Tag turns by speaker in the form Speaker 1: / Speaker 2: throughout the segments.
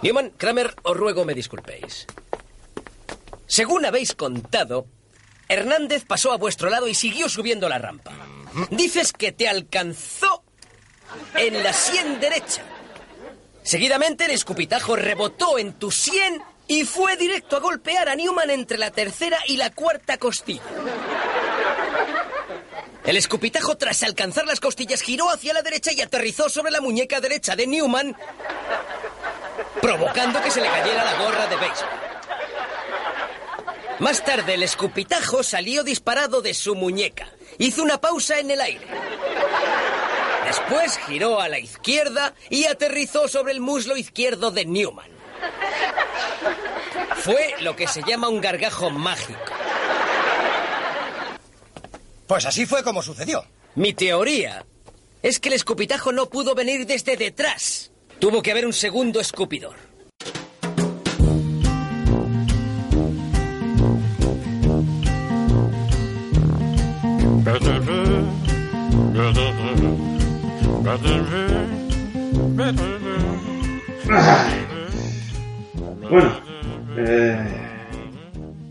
Speaker 1: Newman, Kramer, os ruego me disculpéis. Según habéis contado, Hernández pasó a vuestro lado y siguió subiendo la rampa. Dices que te alcanzó en la sien derecha. Seguidamente el escupitajo rebotó en tu sien y fue directo a golpear a Newman entre la tercera y la cuarta costilla. El escupitajo, tras alcanzar las costillas, giró hacia la derecha y aterrizó sobre la muñeca derecha de Newman, provocando que se le cayera la gorra de béisbol. Más tarde, el escupitajo salió disparado de su muñeca. Hizo una pausa en el aire. Después giró a la izquierda y aterrizó sobre el muslo izquierdo de Newman. Fue lo que se llama un gargajo mágico.
Speaker 2: Pues así fue como sucedió.
Speaker 1: Mi teoría es que el escupitajo no pudo venir desde detrás. Tuvo que haber un segundo escupidor.
Speaker 3: Bueno, eh,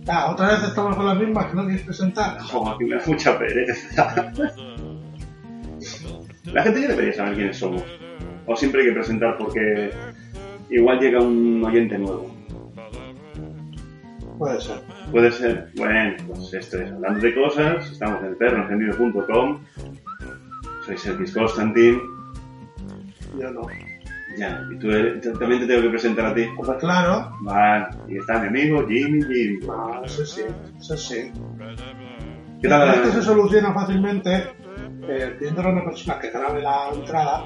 Speaker 4: Ah, otra vez estamos con las mismas que no quieres presentar.
Speaker 3: Como aquí me da mucha pereza. La gente ya debería saber quiénes somos. O siempre hay que presentar porque igual llega un oyente nuevo.
Speaker 4: Puede ser.
Speaker 3: Puede ser. Bueno, pues esto es Hablando de Cosas. Estamos en perroencendido.com. Soy Sergis Constantin.
Speaker 4: Yo no.
Speaker 3: Ya, y tú eres- yo también te tengo que presentar a ti.
Speaker 4: Pues claro.
Speaker 3: Vale, y está mi amigo Jimmy Jimmy.
Speaker 4: Ah, eso sí, eso sí.
Speaker 3: ¿Qué
Speaker 4: Esto se
Speaker 3: tal?
Speaker 4: soluciona fácilmente eh, pidiéndole a una persona que grabe la entrada.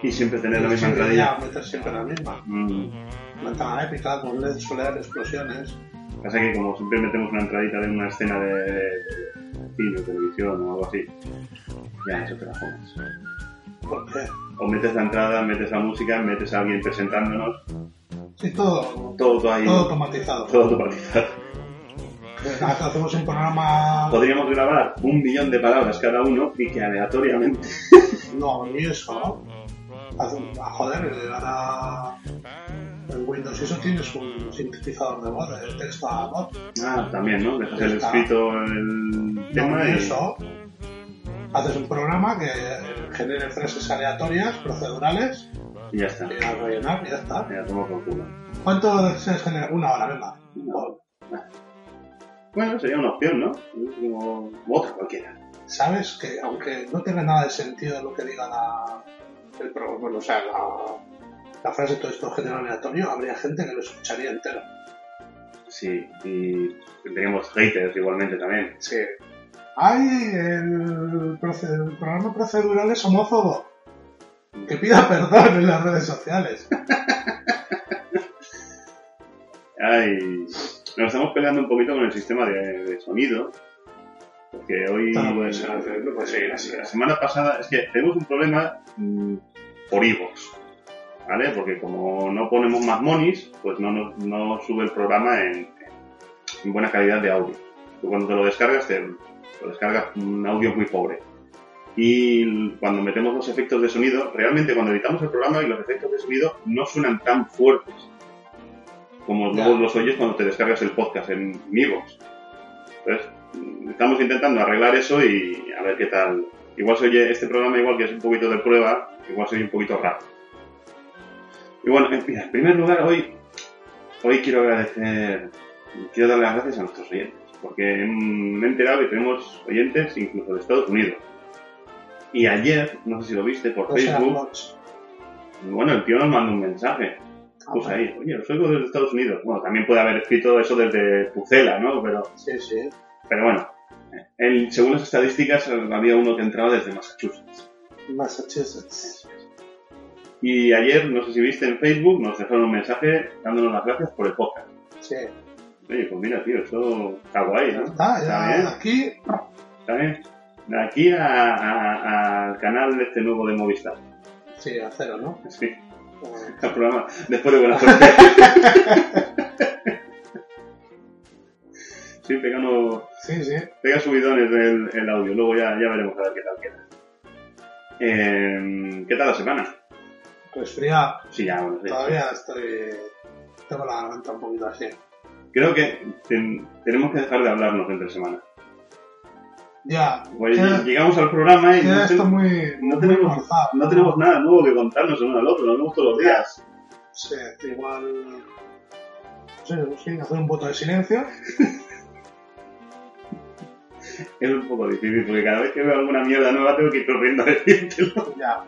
Speaker 3: Y siempre tener la
Speaker 4: y
Speaker 3: misma
Speaker 4: siempre
Speaker 3: entradilla.
Speaker 4: ya meter siempre la misma.
Speaker 3: Mm.
Speaker 4: Una entrada épica con LED, solear, explosiones.
Speaker 3: Pasa que como siempre metemos una entradita de una escena de, de cine o televisión o algo así, ya eso te la jodas.
Speaker 4: Porque
Speaker 3: O metes la entrada, metes la música, metes a alguien presentándonos,
Speaker 4: sí, todo,
Speaker 3: todo, todo ahí,
Speaker 4: todo automatizado.
Speaker 3: todo automatizado.
Speaker 4: Pues nada, hacemos un programa.
Speaker 3: Podríamos grabar un millón de palabras cada uno y que aleatoriamente
Speaker 4: No, ni eso, ¿no? Haz un- ah, joder, ahora en Windows eso tienes un sintetizador de voz, de texto a voz.
Speaker 3: ah, también, ¿no? Dejas el
Speaker 4: Está.
Speaker 3: escrito el
Speaker 4: No,
Speaker 3: tema
Speaker 4: ni
Speaker 3: y
Speaker 4: eso. Haces un programa que genere frases aleatorias, procedurales,
Speaker 3: y ya está.
Speaker 4: y las rellenar y ya está.
Speaker 3: Ya tomo por culo.
Speaker 4: ¿Cuánto se genera? Una hora, venga.
Speaker 3: Bueno, sería una opción, ¿no? Como otra cualquiera.
Speaker 4: Sabes que aunque no tenga nada de sentido lo que diga la, el pro- bueno, o sea, la, la frase todo esto genera aleatorio, habría gente que lo escucharía entero.
Speaker 3: Sí, y tendríamos haters igualmente también.
Speaker 4: Sí. Ay, el, proce- el programa procedural es homófobo. Que pida perdón en las redes sociales.
Speaker 3: Ay, nos estamos peleando un poquito con el sistema de, de sonido. Porque hoy.
Speaker 4: Claro, pues, eh, no puede seguir así.
Speaker 3: La semana pasada es que tenemos un problema mm, por iVoox, ¿Vale? Porque como no ponemos más monis, pues no, nos- no sube el programa en, en buena calidad de audio. Tú cuando te lo descargas, te lo descargas un audio muy pobre. Y cuando metemos los efectos de sonido, realmente cuando editamos el programa y los efectos de sonido no suenan tan fuertes como
Speaker 4: Ya.
Speaker 3: luego los oyes cuando te descargas el podcast en Mivos. Entonces, mm, estamos intentando arreglar eso y a ver qué tal. Igual se oye este programa, igual que es un poquito de prueba, igual se oye un poquito raro. Y bueno, en, mira, en primer lugar, hoy, hoy quiero agradecer, quiero dar las gracias a nuestros oyentes, porque mm, me he enterado que tenemos oyentes incluso de Estados Unidos. Y ayer, no sé si lo viste, por
Speaker 4: Pues eran
Speaker 3: Facebook,
Speaker 4: mods.
Speaker 3: bueno, el tío nos mandó un mensaje. Pues
Speaker 4: Ah,
Speaker 3: ahí, oye, los oigo desde Estados Unidos. Bueno, también puede haber escrito eso desde Pucela, ¿no? Pero,
Speaker 4: Sí, sí.
Speaker 3: pero bueno, él, según las estadísticas, había uno que entraba desde Massachusetts.
Speaker 4: Massachusetts.
Speaker 3: Y ayer, no sé si viste en Facebook, nos dejaron un mensaje dándonos las gracias por el podcast.
Speaker 4: Sí.
Speaker 3: Oye, pues mira, tío, eso está guay,
Speaker 4: Ya
Speaker 3: ¿no?
Speaker 4: está, ya
Speaker 3: bien.
Speaker 4: aquí.
Speaker 3: Está bien. Aquí a- a- a- al canal este nuevo de Movistar.
Speaker 4: Sí, a cero, ¿no?
Speaker 3: Sí,
Speaker 4: Eh,
Speaker 3: al programa. Después de Buena Suerte. sí, pega, uno-
Speaker 4: Sí, sí.
Speaker 3: pega subidones el, el audio. Luego ya, ya veremos a ver qué tal queda. Em, ¿Qué tal la semana?
Speaker 4: Pues fría,
Speaker 3: Sí, ya, bueno, sí.
Speaker 4: todavía estoy. Tengo la garganta un poquito así.
Speaker 3: Creo que ten- tenemos que dejar de hablarnos entre semana.
Speaker 4: Ya.
Speaker 3: Oye,
Speaker 4: queda-
Speaker 3: llegamos al programa y
Speaker 4: queda
Speaker 3: no, ten-
Speaker 4: esto muy.
Speaker 3: no
Speaker 4: muy
Speaker 3: tenemos-
Speaker 4: forzado,
Speaker 3: no tenemos nada nuevo que contarnos el uno al otro. Nos vemos todos los días.
Speaker 4: Sí, igual. Sí, sí, hacer un voto de silencio.
Speaker 3: Es un poco difícil porque cada vez que veo alguna mierda nueva tengo que ir corriendo a decírtelo.
Speaker 4: Ya.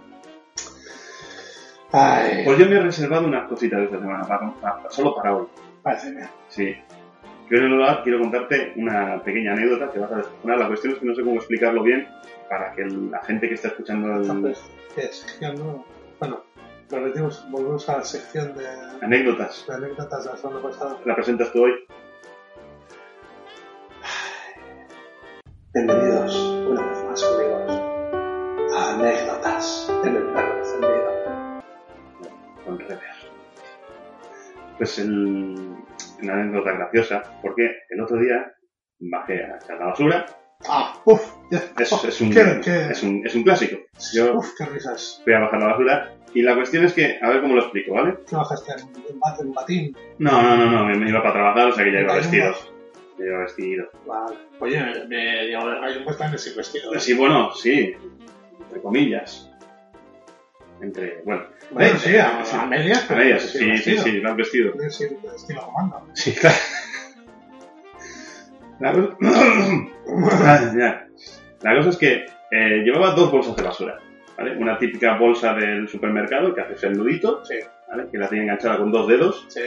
Speaker 4: Ay,
Speaker 3: Pues yo me he reservado unas cositas esta semana, para- para- solo para hoy.
Speaker 4: parece bien.
Speaker 3: Sí. Yo en el lugar quiero contarte una pequeña anécdota que vas a descubrir. La cuestión es que no sé cómo explicarlo bien para que el- la gente que está pues. escuchando el-
Speaker 4: Entonces, ¿qué pues, sección no? Bueno, repetimos, volvemos a la sección de, de
Speaker 3: anécdotas.
Speaker 4: anécdotas de la semana pasada.
Speaker 3: La presentas tú hoy.
Speaker 4: Bienvenidos una vez más, amigos, a anécdotas en el perro encendido.
Speaker 3: Con rever. Pues el- una anécdota graciosa, porque el otro día bajé a echar la basura.
Speaker 4: Ah, uff, ya.
Speaker 3: Es,
Speaker 4: Oh,
Speaker 3: es un,
Speaker 4: ¿Qué, qué?
Speaker 3: es un- es un clásico. Yo
Speaker 4: Uf, qué risas.
Speaker 3: voy a bajar la basura. Y la cuestión es que, a ver cómo lo explico, ¿vale?
Speaker 4: ¿Qué bajaste? ¿En un bat- en batín?
Speaker 3: No, no, no, no, me, me iba para trabajar, o sea que ya iba
Speaker 4: Hay un
Speaker 3: vestido.
Speaker 4: bat-
Speaker 3: Ya iba vestido.
Speaker 4: Vale. Oye, me, me, digo, hay un puesto en ese vestido.
Speaker 3: Pues sí, bueno, sí, entre comillas. Entre, bueno,
Speaker 4: Bueno,
Speaker 3: Eh,
Speaker 4: sí, a, a medias.
Speaker 3: a
Speaker 4: pero
Speaker 3: medias,
Speaker 4: sí,
Speaker 3: sí, sí,
Speaker 4: vestido.
Speaker 3: sí, lo han vestido.
Speaker 4: Puedes ir de estilo comando.
Speaker 3: Sí, claro. La cosa, Ah, ya. La cosa es que eh, llevaba dos bolsas de basura. ¿vale? Una típica bolsa del supermercado que haces el nudito,
Speaker 4: Sí.
Speaker 3: ¿vale? que la tiene enganchada con dos dedos.
Speaker 4: Sí,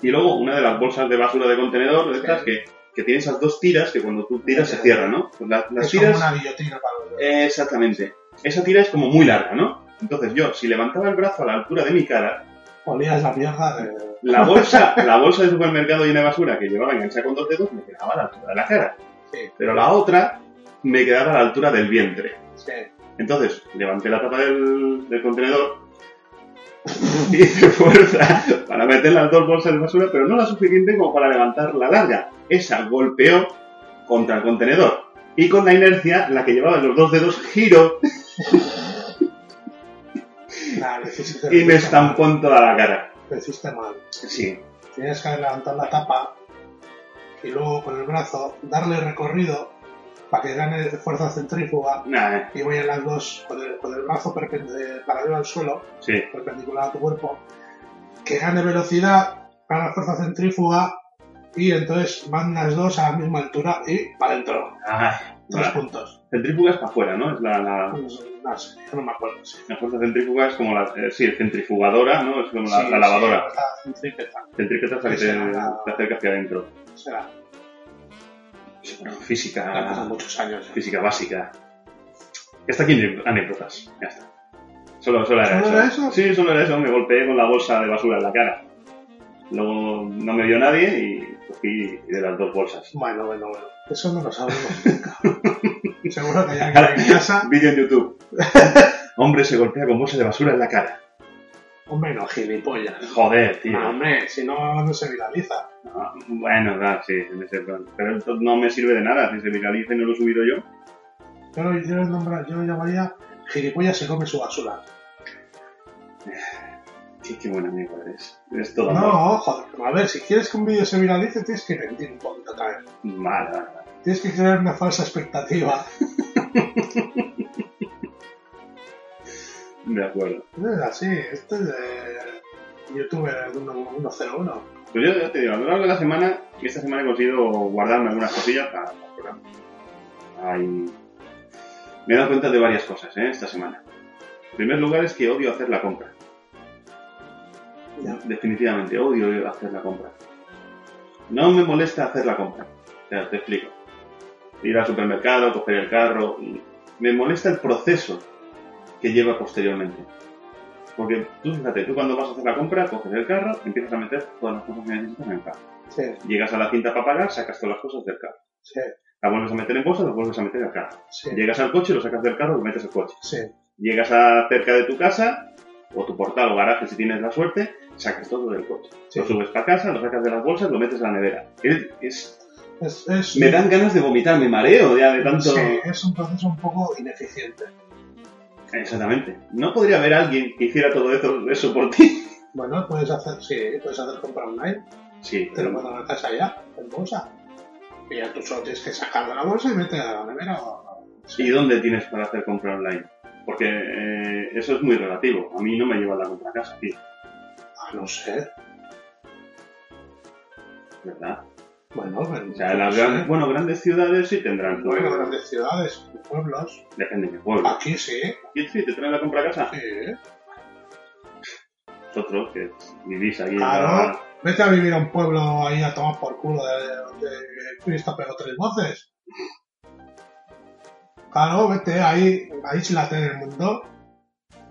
Speaker 3: Y luego una de las bolsas de basura de contenedor, de estas
Speaker 4: Sí.
Speaker 3: que, que tiene esas dos tiras que cuando tú tiras se
Speaker 4: Ya, ya,
Speaker 3: cierran, ¿no? Pues las, las
Speaker 4: es
Speaker 3: tiras.
Speaker 4: como una guillotina para los
Speaker 3: Eh, Exactamente. Esa tira es como muy larga, ¿no? Entonces yo, si levantaba el brazo a la altura de mi cara,
Speaker 4: Olías la mierda de...
Speaker 3: la bolsa, la bolsa de supermercado llena de basura que llevaba enganchada con dos dedos me quedaba a la altura de la cara.
Speaker 4: Sí,
Speaker 3: Pero la otra me quedaba a la altura del vientre.
Speaker 4: sí.
Speaker 3: Entonces levanté la tapa del, del contenedor, hice fuerza para meter las dos bolsas de basura, pero no la suficiente como para levantar la larga. Esa golpeó contra el contenedor. Y con la inercia, la que llevaba en los dos dedos, giro
Speaker 4: Nah, lo hiciste-
Speaker 3: y
Speaker 4: lo
Speaker 3: me
Speaker 4: hiciste
Speaker 3: estampó en toda la cara.
Speaker 4: mal, Lo hiciste mal.
Speaker 3: Sí.
Speaker 4: Tienes que levantar la tapa y luego con el brazo darle recorrido para que gane fuerza centrífuga
Speaker 3: Nah, eh.
Speaker 4: y vayan las dos con el, con el brazo perpende- paralelo al suelo,
Speaker 3: sí.
Speaker 4: perpendicular a tu cuerpo, que gane velocidad, gana fuerza centrífuga y entonces van las dos a la misma altura y para adentro.
Speaker 3: Ah,
Speaker 4: Tres
Speaker 3: bueno,
Speaker 4: puntos.
Speaker 3: Centrífuga es para afuera, ¿no? Es la, la,
Speaker 4: No sé, no me acuerdo. sí.
Speaker 3: la fuerza centrífuga es como la. eh, sí, centrifugadora, ¿no? Es como la,
Speaker 4: Sí,
Speaker 3: la lavadora.
Speaker 4: sí, la centrípeta,
Speaker 3: Centrípeta hasta que te,
Speaker 4: Esa la-
Speaker 3: te acerca hacia adentro.
Speaker 4: será.
Speaker 3: Sí, bueno,
Speaker 4: Ya pasan
Speaker 3: Física.
Speaker 4: muchos años.
Speaker 3: Física básica. Hasta aquí anécdotas. Ya está. Solo, solo era
Speaker 4: ¿Solo
Speaker 3: eso.
Speaker 4: era eso?
Speaker 3: Sí, solo era eso. Me golpeé con la bolsa de basura en la cara. Luego no me vio nadie y cogí de las dos bolsas.
Speaker 4: Bueno, bueno, bueno. Eso no lo sabemos nunca. Seguro que hay alguien en casa.
Speaker 3: Vídeo en YouTube. Hombre se golpea con bolsa de basura en la cara.
Speaker 4: Hombre, no, gilipollas.
Speaker 3: Joder, tío.
Speaker 4: No, hombre, si no, no se viraliza.
Speaker 3: Ah, Bueno, da, sí, en ese plan. Pero esto no me sirve de nada. Si se viraliza y no lo he subido yo.
Speaker 4: Yo lo, yo lo nombra- yo lo llamaría gilipollas se come su basura.
Speaker 3: Qué, qué buena amigo eres. Es todo amor.
Speaker 4: No, joder. A ver, si quieres que un vídeo se viralice, tienes que mentir un poquito también.
Speaker 3: Vale, vale, vale.
Speaker 4: Tienes que crear una falsa expectativa.
Speaker 3: De acuerdo.
Speaker 4: No es así. Esto es de youtuber 101.
Speaker 3: Pues yo ya te digo, a lo largo de la semana, esta semana he conseguido guardarme algunas cosillas para para el programa. Ay, Me he dado cuenta de varias cosas, ¿eh? Esta semana. En primer lugar es que odio hacer la compra.
Speaker 4: Ya.
Speaker 3: Definitivamente, odio hacer la compra. No me molesta hacer la compra. O sea, te explico. Ir al supermercado, coger el carro. y- Me molesta el proceso que lleva posteriormente. Porque tú, fíjate, tú cuando vas a hacer la compra, coges el carro, empiezas a meter todas las cosas que necesitas en el carro.
Speaker 4: Sí,
Speaker 3: Llegas a la cinta para pagar, sacas todas las cosas del carro.
Speaker 4: sí,
Speaker 3: Las vuelves a meter en bolsa, las vuelves a meter al carro.
Speaker 4: sí.
Speaker 3: Llegas al coche, lo sacas del carro, lo metes al coche.
Speaker 4: Sí,
Speaker 3: Llegas a cerca de tu casa, o tu portal o garaje si tienes la suerte, sacas todo del coche.
Speaker 4: Sí.
Speaker 3: Lo subes para casa, lo sacas de las bolsas, lo metes a la nevera. Es- es-
Speaker 4: es, es,
Speaker 3: me dan ganas de vomitar, me mareo ya de tanto...
Speaker 4: sí, es un proceso un poco ineficiente.
Speaker 3: Exactamente. ¿No podría haber alguien que hiciera todo eso, eso por ti?
Speaker 4: Bueno, puedes hacer, sí, puedes hacer compra online,
Speaker 3: Sí,
Speaker 4: te lo
Speaker 3: pero
Speaker 4: mandan a casa ya, en bolsa. Y ya tú solo tienes que sacar de la bolsa y meter a la nevera o
Speaker 3: ¿y dónde tienes para hacer compra online? Porque eh, eso es muy relativo. A mí no me llevan la compra a casa, tío.
Speaker 4: a Ah, no sé.
Speaker 3: ¿Verdad?
Speaker 4: Bueno, pero-
Speaker 3: O sea, las
Speaker 4: no sé.
Speaker 3: grandes, bueno, grandes ciudades sí tendrán todo.
Speaker 4: Bueno, grandes ciudades, pueblos.
Speaker 3: Depende de pueblo.
Speaker 4: Aquí sí,
Speaker 3: ¿Y sí, te traen la compra a casa?
Speaker 4: sí.
Speaker 3: Vosotros que vivís aquí. en
Speaker 4: Claro.
Speaker 3: la-
Speaker 4: Vete a vivir a un pueblo ahí a tomar por culo de, de, de Cristo pegó tres voces. Claro, vete ahí, aíslate del mundo.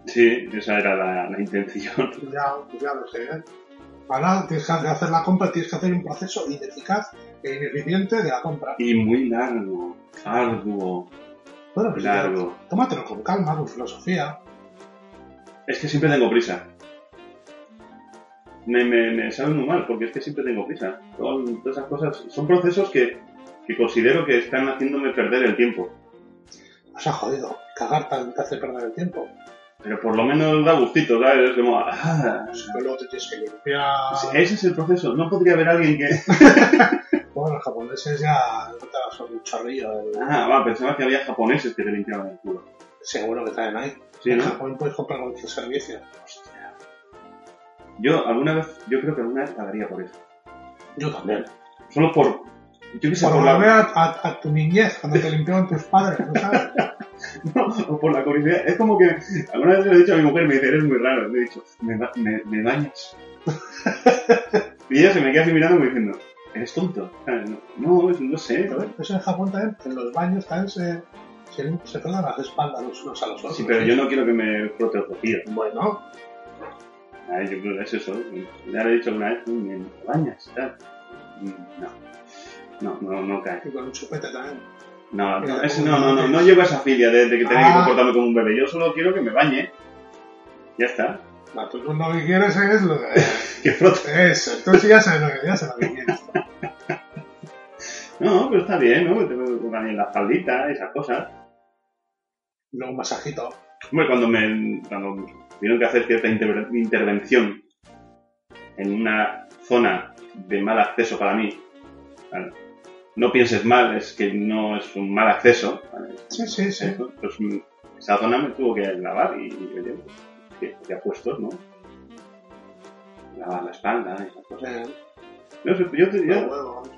Speaker 3: Sí, esa era la, la intención.
Speaker 4: Ya, ya lo sé. ¿eh? Ahora tienes que hacer la compra, tienes que hacer un proceso ineficaz e ineficiente de la compra.
Speaker 3: Y muy largo, arduo,
Speaker 4: Bueno, pues ya,
Speaker 3: largo.
Speaker 4: tómatelo con calma, con filosofía.
Speaker 3: Es que siempre tengo prisa. Me, me, me sabe muy mal, porque es que siempre tengo prisa. Son- todas esas cosas son procesos que, que considero que están haciéndome perder el tiempo.
Speaker 4: Nos ha jodido. Cagar tan- te hace perder el tiempo.
Speaker 3: Pero por lo menos da gustito, ¿sabes? Es como, ah,
Speaker 4: Pues que luego te tienes que limpiar.
Speaker 3: ese es el proceso. No podría haber alguien que... eh.
Speaker 4: Bueno, los japoneses ya no te vas un chorrillo. eh.
Speaker 3: Ah, va, pensaba que había japoneses que te limpiaban el culo.
Speaker 4: Seguro que traen ahí.
Speaker 3: Sí,
Speaker 4: en
Speaker 3: ¿no?
Speaker 4: Japón puedes comprar cualquier servicio.
Speaker 3: Yo alguna vez, yo creo que alguna vez pagaría por eso.
Speaker 4: Yo también.
Speaker 3: Solo por... Yo qué sé,
Speaker 4: Por
Speaker 3: por la,
Speaker 4: volver a, a- a tu niñez, cuando te limpiaban tus padres, ¿no sabes?
Speaker 3: o por la curiosidad. Es como que alguna vez le he dicho a mi mujer, me dice, eres muy raro. Le he dicho, me, ba- me, me bañas. y ella se me queda así mirando como diciendo, eres tonto. No, no, no sé.
Speaker 4: Pero, eh, Eso en Japón también, en los baños también se, se, se pegan las espaldas los unos a los otros.
Speaker 3: Sí, pero yo no quiero que me frote otro tío.
Speaker 4: Bueno,
Speaker 3: Ah, Yo creo que es eso. Ya le he dicho alguna vez, me me bañas. tal. Mm, No. No, no, no cae.
Speaker 4: y con un chupete también.
Speaker 3: No, no, es- no, no, no, no llego a esa filia de, de que tenga que
Speaker 4: Ah.
Speaker 3: comportarme como un bebé. Yo solo quiero que me bañe. Ya está.
Speaker 4: No, tú lo que quieres es lo que...
Speaker 3: Que frote.
Speaker 4: Eso, entonces ya sabes lo que, ya sabes lo que quieres.
Speaker 3: No, pero está bien, ¿no? Que te pongan en la espaldita, esas cosas.
Speaker 4: Luego un masajito.
Speaker 3: Hombre, cuando me cuando tuvieron que hacer cierta inter- intervención en una zona de mal acceso para mí, ¿vale? no pienses mal, es que no es un mal acceso, ¿vale?
Speaker 4: Sí, sí, sí.
Speaker 3: Eso, pues mm, esa zona me tuvo que lavar y, y oye, pues, que, que apuestos, ¿no? Lavar la espalda y esas cosas.
Speaker 4: Eh,
Speaker 3: No sé, yo te
Speaker 4: los
Speaker 3: diría,
Speaker 4: huevos.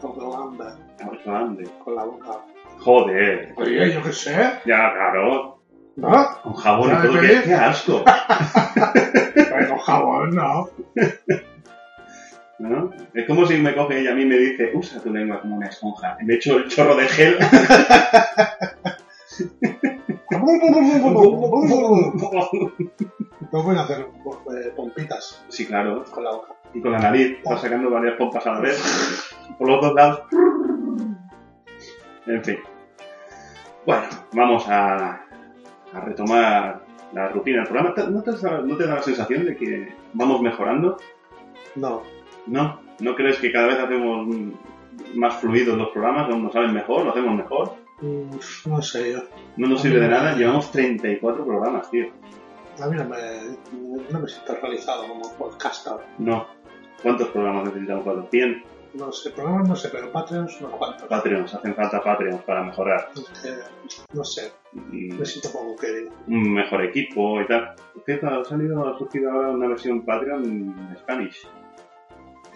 Speaker 4: Con la banda,
Speaker 3: mucho hambre.
Speaker 4: con la boca.
Speaker 3: Ah, pues, Joder,
Speaker 4: Oye, yo qué sé.
Speaker 3: ya claro,
Speaker 4: ¿No?
Speaker 3: con jabón
Speaker 4: Ya
Speaker 3: y
Speaker 4: me
Speaker 3: todo,
Speaker 4: pegué.
Speaker 3: qué, qué asco,
Speaker 4: Pero jabón, no.
Speaker 3: ¿no? Es como si me coge ella a mí y me dice, usa tu lengua como una esponja, me echo el chorro de gel.
Speaker 4: No pueden hacer eh, pompitas
Speaker 3: sí, claro,
Speaker 4: con la boca.
Speaker 3: y con la nariz, va sacando varias pompas a la vez, por los dos lados. En fin. Bueno, vamos a, a retomar la rutina del programa. ¿Te- ¿No te, da- ¿No te da la sensación de que vamos mejorando?
Speaker 4: No,
Speaker 3: ¿No? ¿No crees que cada vez hacemos mm, más fluidos los programas? ¿Nos salen mejor? ¿Lo hacemos mejor?
Speaker 4: mm, no sé yo.
Speaker 3: No nos sirve de nada. Llevamos 34 programas, tío.
Speaker 4: A mí no Ah, me, no me siento realizado como podcaster.
Speaker 3: No. ¿Cuántos programas necesitamos? ¿Cuántos? 100
Speaker 4: No sé, programas no sé, pero Patreons unos cuantos.
Speaker 3: Patreons. Hacen falta Patreons para mejorar.
Speaker 4: Eh, no sé,
Speaker 3: Mm,
Speaker 4: me siento poco querido.
Speaker 3: un mejor equipo y tal. Por cierto, ha salido, ha surgido ahora una versión Patreon en Spanish.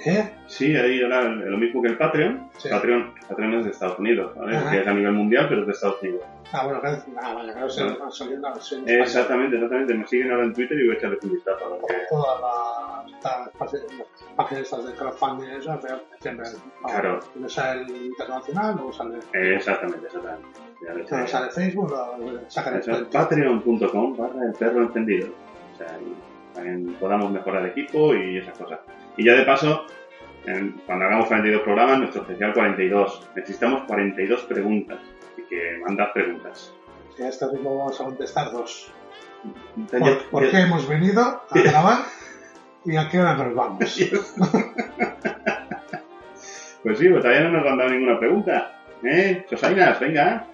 Speaker 4: ¿Eh?
Speaker 3: Sí, ahí ahora el- lo mismo que el Patreon.
Speaker 4: Sí.
Speaker 3: Patreon. Patreon es de Estados Unidos, ¿vale?
Speaker 4: Ajá.
Speaker 3: Que es a nivel mundial, pero es de Estados Unidos.
Speaker 4: Ah, bueno, claro, ah, vale, claro, se
Speaker 3: Vale.
Speaker 4: ha salido la versión española.
Speaker 3: Exactamente, exactamente. Me siguen ahora en Twitter y voy a echarles un vistazo. a ver qué-
Speaker 4: Todas las, las pase- las páginas estas de crowdfunding, eso, al final, siempre.
Speaker 3: Claro.
Speaker 4: Primero sale el internacional, luego sale,
Speaker 3: Eh, exactamente, exactamente. Ya lo
Speaker 4: luego
Speaker 3: echaré.
Speaker 4: sale Facebook, luego sacan el
Speaker 3: Eso es
Speaker 4: cuento.
Speaker 3: patreon.com barra el perro encendido. O sea, y también podamos mejorar el equipo y esas cosas. Y ya de paso, en- cuando hagamos 42 programas, nuestro especial 42. Necesitamos 42 preguntas. Así que mandad preguntas.
Speaker 4: Que este mismo vamos a contestar dos.
Speaker 3: Ya-
Speaker 4: ¿Por, por
Speaker 3: ya-
Speaker 4: qué hemos venido a grabar y a qué hora nos vamos?
Speaker 3: Pues sí, pues todavía no nos han dado ninguna pregunta. ¿Eh? Sosainas, venga.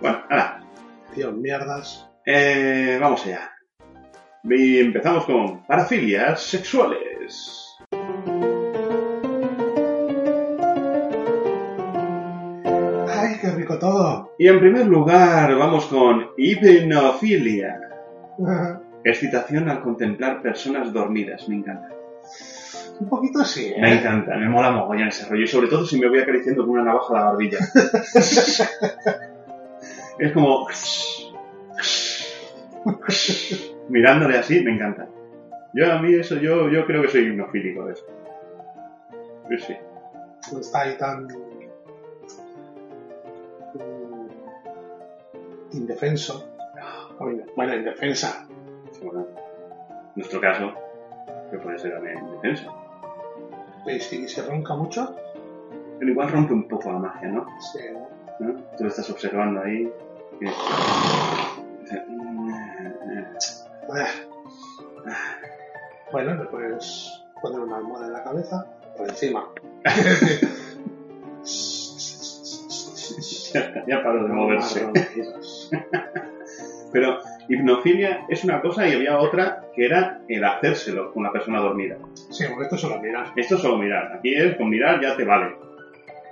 Speaker 3: Bueno, ahora,
Speaker 4: Tío, mierdas.
Speaker 3: eh, vamos allá. Y empezamos con parafilias sexuales.
Speaker 4: ¡Ay, qué rico todo!
Speaker 3: Y en primer lugar, vamos con hipnofilia.
Speaker 4: Un
Speaker 3: Excitación al contemplar personas dormidas, me encanta.
Speaker 4: poquito sí,
Speaker 3: Me
Speaker 4: ¿eh?
Speaker 3: encanta, me mola mogollón ese rollo. Y sobre todo si me voy acariciando con una navaja la barbilla. es como... Mirándole así, me encanta. Yo a mí eso, yo, yo creo que soy hipnofílico de eso. Sí, sí.
Speaker 4: No está ahí tan. mm, indefenso. Oye, Bueno, indefensa.
Speaker 3: Bueno, en nuestro caso, que puede ser también defensa.
Speaker 4: ¿Veis? Y se ronca mucho.
Speaker 3: Pero igual rompe un poco la magia, ¿no?
Speaker 4: Sí, ¿no?
Speaker 3: ¿no? Tú lo estás observando ahí. y- dice, "Mm,
Speaker 4: Ah. Bueno, le puedes poner una almohada en la cabeza por encima.
Speaker 3: Ya está, ya paró de moverse. Pero hipnofilia es una cosa y había otra que era el hacérselo con la persona dormida.
Speaker 4: Sí, porque esto solo miras.
Speaker 3: Esto es solo mirar. Aquí es con mirar ya te vale.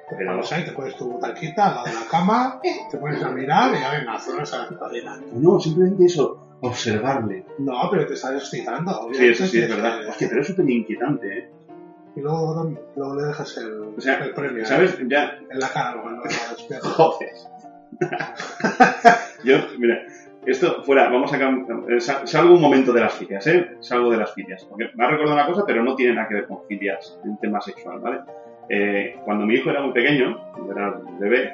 Speaker 4: Te
Speaker 3: Pero-
Speaker 4: pones ahí, te pones tu butaquita al lado de la cama, te pones a mirar y ya venga, zona esa cadena.
Speaker 3: Pues No, simplemente eso, observarle.
Speaker 4: No, pero te estás excitando.
Speaker 3: Sí,
Speaker 4: obviamente,
Speaker 3: eso sí es
Speaker 4: tienes
Speaker 3: verdad.
Speaker 4: que-
Speaker 3: Hostia, pero es súper inquietante, ¿eh?
Speaker 4: Y luego, luego le dejas el,
Speaker 3: O sea,
Speaker 4: el premio
Speaker 3: ¿Sabes? Ya,
Speaker 4: ¿eh? en la cara cuando lo despiertas.
Speaker 3: Joder. Yo, mira, esto fuera, vamos a cam- eh, sal- salgo un momento de las filias, ¿eh? Salgo de las filias. Porque me ha recordado una cosa, pero no tiene nada que ver con filias, un tema sexual, ¿vale? Eh, cuando mi hijo era muy pequeño, cuando era bebé,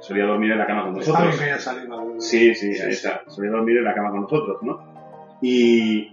Speaker 3: solía dormir en la cama con
Speaker 4: Está bien
Speaker 3: nosotros.
Speaker 4: que haya salido.
Speaker 3: Sí, sí, ahí está. Solía dormir en la cama con nosotros, ¿no? Y,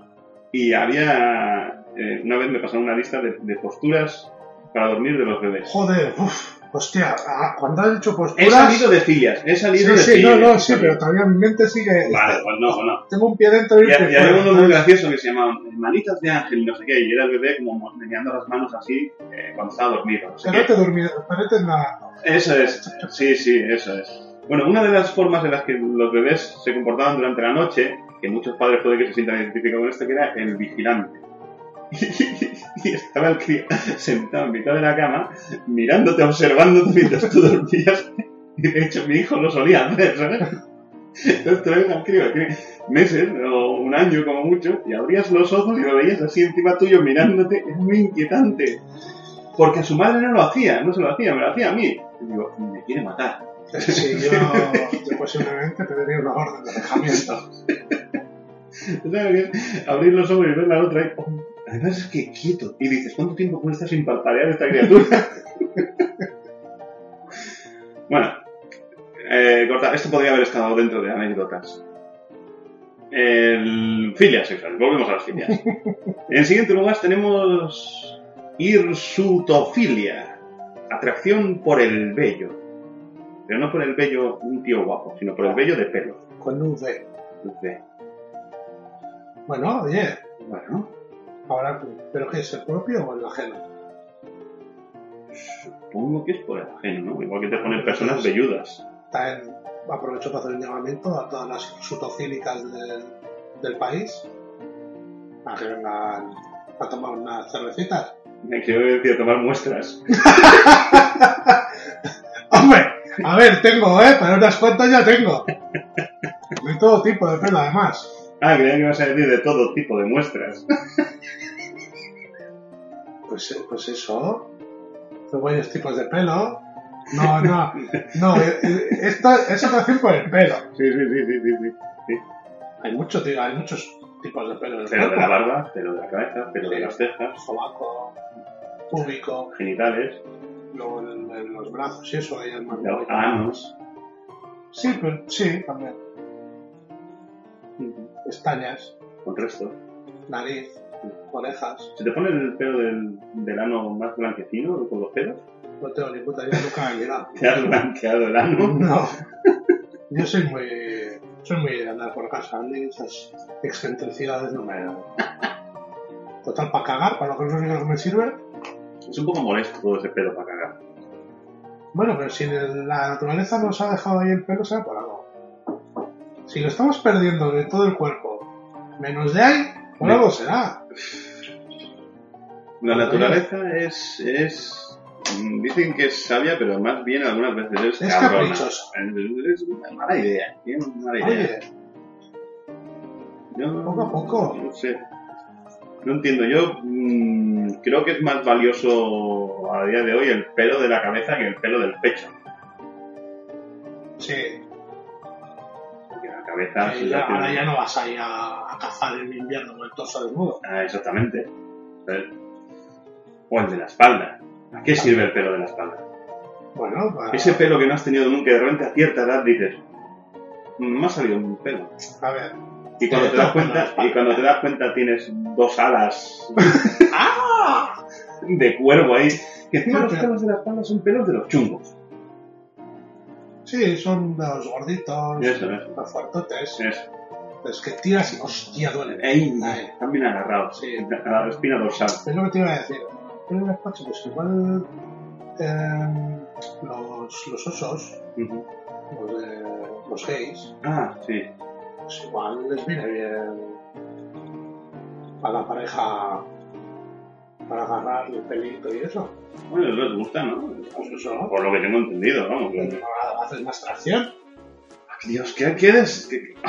Speaker 3: y había, eh, una vez me pasaron una lista de, de posturas para dormir de los bebés.
Speaker 4: Joder, uff, hostia, ah, cuando has dicho
Speaker 3: He
Speaker 4: posturas.
Speaker 3: salido de filias, he salido
Speaker 4: sí,
Speaker 3: de
Speaker 4: sí, no,
Speaker 3: filias.
Speaker 4: no, sí, pero todavía en mi mente sigue.
Speaker 3: Vale, pues no, pues no.
Speaker 4: Tengo un pie dentro y un
Speaker 3: Y,
Speaker 4: pie
Speaker 3: y había uno
Speaker 4: fuera.
Speaker 3: muy gracioso que se llamaba Manitas de Ángel, no sé qué, y era el bebé como meneando las manos así eh, cuando estaba dormido. No sé
Speaker 4: Espérate
Speaker 3: qué.
Speaker 4: dormido, espérate en la.
Speaker 3: Eso es, sí, sí, eso es. Bueno, una de las formas en las que los bebés se comportaban durante la noche, que muchos padres pueden que se sientan identificados con esto, que era el vigilante. Y estaba el crío sentado en mitad de la cama, mirándote, observándote mientras tú dormías. Y de hecho, mi hijo lo solía hacer, ¿sabes? Entonces tú eres al crío, que meses o un año como mucho, y abrías los ojos y lo veías así encima tuyo mirándote, es muy inquietante. Porque a su madre no lo hacía, no se lo hacía, me lo hacía a mí. Y digo, me quiere matar.
Speaker 4: Sí, yo, yo posiblemente pediría una orden de alejamiento.
Speaker 3: ¿Sabes? Abrir los ojos y ver la otra y, oh, además es que quieto. Y dices, ¿cuánto tiempo cuesta sin parpadear esta criatura? bueno, eh, corta, esto podría haber estado dentro de anécdotas. El... Filias sexuales, volvemos a las filias. en siguiente lugar tenemos irsutofilia, atracción por el vello. Pero no por el vello un tío guapo, sino por el vello de pelo.
Speaker 4: Con un V.
Speaker 3: De-
Speaker 4: Bueno, oye,
Speaker 3: Bueno,
Speaker 4: ahora, ¿pero qué es el propio o el ajeno?
Speaker 3: Supongo que es por el ajeno, ¿no? Igual que te ponen personas velludas.
Speaker 4: También aprovecho para hacer un llamamiento a todas las sutocílicas del, del país a que vengan a tomar unas cervecitas.
Speaker 3: Me quiero decir, tomar muestras.
Speaker 4: ¡Hombre! A ver, tengo, ¿eh? Para unas cuantas ya tengo. De todo tipo de pelo, además.
Speaker 3: Ah, creía que ibas a decir de todo tipo de muestras.
Speaker 4: Pues, eh, pues eso. Son varios tipos de pelo. No, no, no, eh, eh, esta es otra acción con el pelo.
Speaker 3: Sí, sí, sí, sí, sí, sí.
Speaker 4: Hay mucho, tío, hay muchos tipos de pelo en el
Speaker 3: Pero de
Speaker 4: cuerpo.
Speaker 3: la barba, pero de la cabeza, pero de las cejas,
Speaker 4: Sobaco, púbico,
Speaker 3: genitales,
Speaker 4: luego en, en los brazos y eso ahí el más
Speaker 3: de los anos.
Speaker 4: Sí, pero sí, también. Pestañas,
Speaker 3: Con resto.
Speaker 4: nariz, orejas.
Speaker 3: ¿Se te pone el pelo del, del ano más blanquecino con los pelos?
Speaker 4: No tengo ni puta idea, nunca me he mirado.
Speaker 3: ¿Te has blanqueado el ano?
Speaker 4: No. Yo soy muy. Soy muy de andar por casa. A mí esas excentricidades no me. Total, para cagar, para lo que es lo único que me sirve.
Speaker 3: Es un poco molesto todo ese pelo para cagar.
Speaker 4: Bueno, pero si la naturaleza nos ha dejado ahí el pelo, será por algo. Si lo estamos perdiendo de todo el cuerpo, menos de ahí, por
Speaker 3: Sí.
Speaker 4: algo será.
Speaker 3: La
Speaker 4: Pues
Speaker 3: naturaleza es, es... mm, Dicen que es sabia, pero más bien algunas veces es,
Speaker 4: Es
Speaker 3: cabrona.
Speaker 4: caprichosa.
Speaker 3: Es una mala idea. Tiene una mala idea.
Speaker 4: Oye,
Speaker 3: Yo-
Speaker 4: Poco a poco.
Speaker 3: No sé. No entiendo. Yo mm, creo que es más valioso a día de hoy el pelo de la cabeza que el pelo del pecho.
Speaker 4: sí.
Speaker 3: Porque la cabeza.
Speaker 4: sí,
Speaker 3: se
Speaker 4: ya-
Speaker 3: la tiene-
Speaker 4: ahora ya no vas ahí a, a cazar en invierno con el torso desnudo.
Speaker 3: Ah, exactamente. Eh, O el de la espalda. ¿A qué sirve el pelo de la espalda?
Speaker 4: Bueno, para-
Speaker 3: Ese pelo que no has tenido nunca y de repente a cierta edad dices. "Mm, Me ha salido un pelo.
Speaker 4: a ver.
Speaker 3: Y cuando te das cuenta, y cuando te das cuenta tienes dos alas
Speaker 4: ¡Ah!
Speaker 3: de cuervo ahí. Que encima
Speaker 4: No,
Speaker 3: los
Speaker 4: pero-
Speaker 3: pelos de la espalda son pelos de los chungos.
Speaker 4: Sí, son de los gorditos,
Speaker 3: Eso, eso.
Speaker 4: los fuertotes.
Speaker 3: Es-
Speaker 4: Es que tiras y hostia, duele.
Speaker 3: Ahí,
Speaker 4: Ahí.
Speaker 3: están bien agarrados.
Speaker 4: Sí.
Speaker 3: A la espina dorsal.
Speaker 4: Es lo que te iba a decir. En el despacho, pues igual eh, los, los osos, los, de- Pues, eh, los gays,
Speaker 3: Ah, sí.
Speaker 4: pues igual les viene bien para la pareja para agarrar el pelito y eso.
Speaker 3: Bueno, les gusta, ¿no?
Speaker 4: Pues eso,
Speaker 3: Por lo que tengo entendido, vamos.
Speaker 4: ¿no? Ahora haces más tracción.
Speaker 3: Dios, ¿qué quieres? ¿Qué- qué?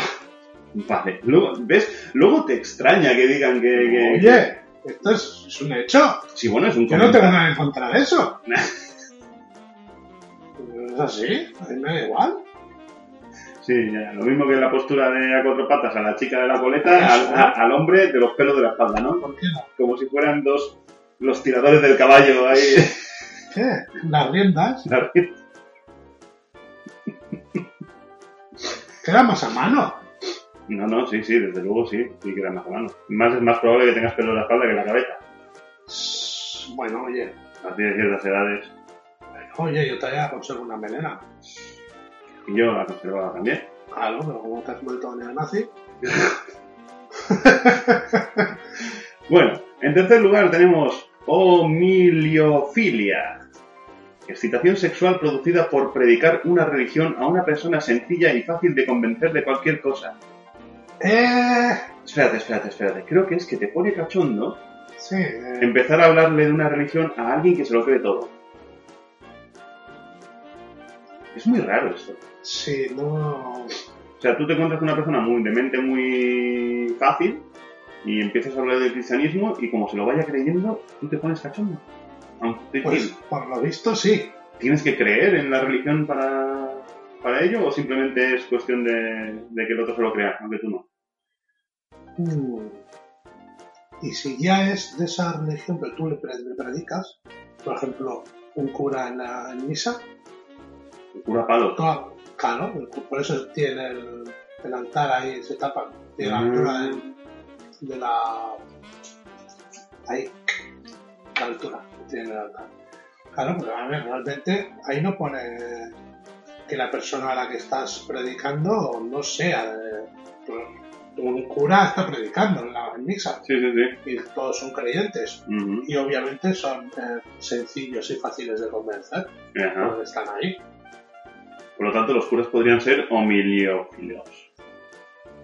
Speaker 3: Vale, luego, ¿ves? Luego te extraña que digan que... que-
Speaker 4: Oye, esto es, es un hecho.
Speaker 3: Sí, bueno, es un
Speaker 4: Yo no tengo
Speaker 3: comentario.
Speaker 4: nada en contra de eso. Es así, a mí me da igual.
Speaker 3: Sí, ya, lo mismo que la postura de a cuatro patas a la chica de la coleta, al, a- al hombre de los pelos de la espalda, ¿no?
Speaker 4: ¿Por qué no?
Speaker 3: Como si fueran dos... Los tiradores del caballo ahí.
Speaker 4: ¿Qué? Las riendas quedan más a mano.
Speaker 3: No, no, sí, sí, desde luego sí. Sí que era más a mano. Más, es más probable que tengas pelo en la espalda que en la cabeza.
Speaker 4: Bueno, oye,
Speaker 3: A partir de ciertas edades.
Speaker 4: oye, yo todavía conservo una melena.
Speaker 3: Y yo la conservaba también.
Speaker 4: Claro, pero como te has vuelto neonazi,
Speaker 3: Bueno, en tercer lugar tenemos homiliofilia. Excitación sexual producida por predicar una religión a una persona sencilla y fácil de convencer de cualquier cosa.
Speaker 4: Eh,
Speaker 3: Espérate, espérate, espérate. Creo que es que te pone cachondo
Speaker 4: sí, eh,
Speaker 3: empezar a hablarle de una religión a alguien que se lo cree todo. Es muy raro esto.
Speaker 4: sí, no.
Speaker 3: O sea, tú te encuentras con una persona muy de mente muy fácil y empiezas a hablar del cristianismo y como se lo vaya creyendo, tú te pones cachondo. Aunque
Speaker 4: Pues por lo visto sí.
Speaker 3: tienes que creer en la religión para, para ello o simplemente es cuestión de, de que el otro se lo crea, aunque tú no.
Speaker 4: Mm. Y si ya es de esa religión que tú le, pre- le predicas, por ejemplo, un cura en la en misa,
Speaker 3: El cura palo.
Speaker 4: toda- claro, el cu- por eso tiene el, el altar ahí, se tapa, tiene la
Speaker 3: Mm.
Speaker 4: altura del- de, la. Ahí, la altura que tiene el altar. Claro, porque a ver, realmente ahí no pone que la persona a la que estás predicando no sea. de- pues, un cura está predicando en la misa
Speaker 3: Sí, sí, sí.
Speaker 4: y todos son creyentes.
Speaker 3: Ujú.
Speaker 4: Y obviamente son eh, sencillos y fáciles de convencer
Speaker 3: Ajá.
Speaker 4: porque están ahí.
Speaker 3: Por lo tanto, los curas podrían ser homiliófilos.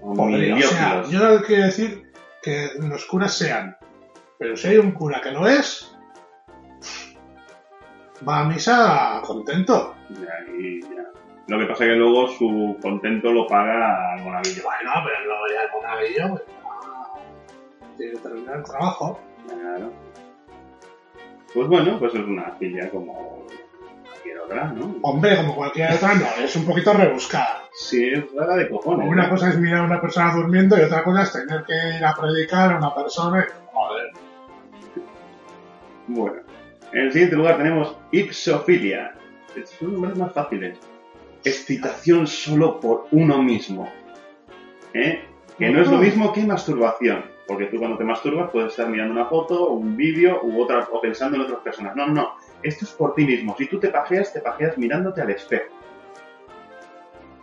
Speaker 4: Podría, o sea,
Speaker 3: Homiliófilos.
Speaker 4: yo no quiero decir que los curas sean, pero si hay un cura que no es, va a misa contento.
Speaker 3: Ya, y ya. Lo que pasa es que luego su contento lo paga al monaguillo.
Speaker 4: Bueno, pero no voy a monaguillo, pues, ah, tiene que terminar el trabajo.
Speaker 3: Claro. Pues bueno, pues es una filia como cualquier saldrá, ¿no?
Speaker 4: Hombre, como cualquier otra, no, es un poquito rebuscada.
Speaker 3: Sí, es rara de cojones.
Speaker 4: Una cosa es mirar a una persona durmiendo y otra cosa es tener que ir a predicar a una persona. y, Joder.
Speaker 3: Bueno. En el siguiente lugar tenemos ipsofilia. Estos son nombres más fáciles. Excitación solo por uno mismo. ¿Eh? Que no es lo mismo que masturbación. Porque tú cuando te masturbas puedes estar mirando una foto, un vídeo u otra, o pensando en otras personas. No, no, no. Esto es por ti mismo. Si tú te pajeas, te pajeas mirándote al espejo.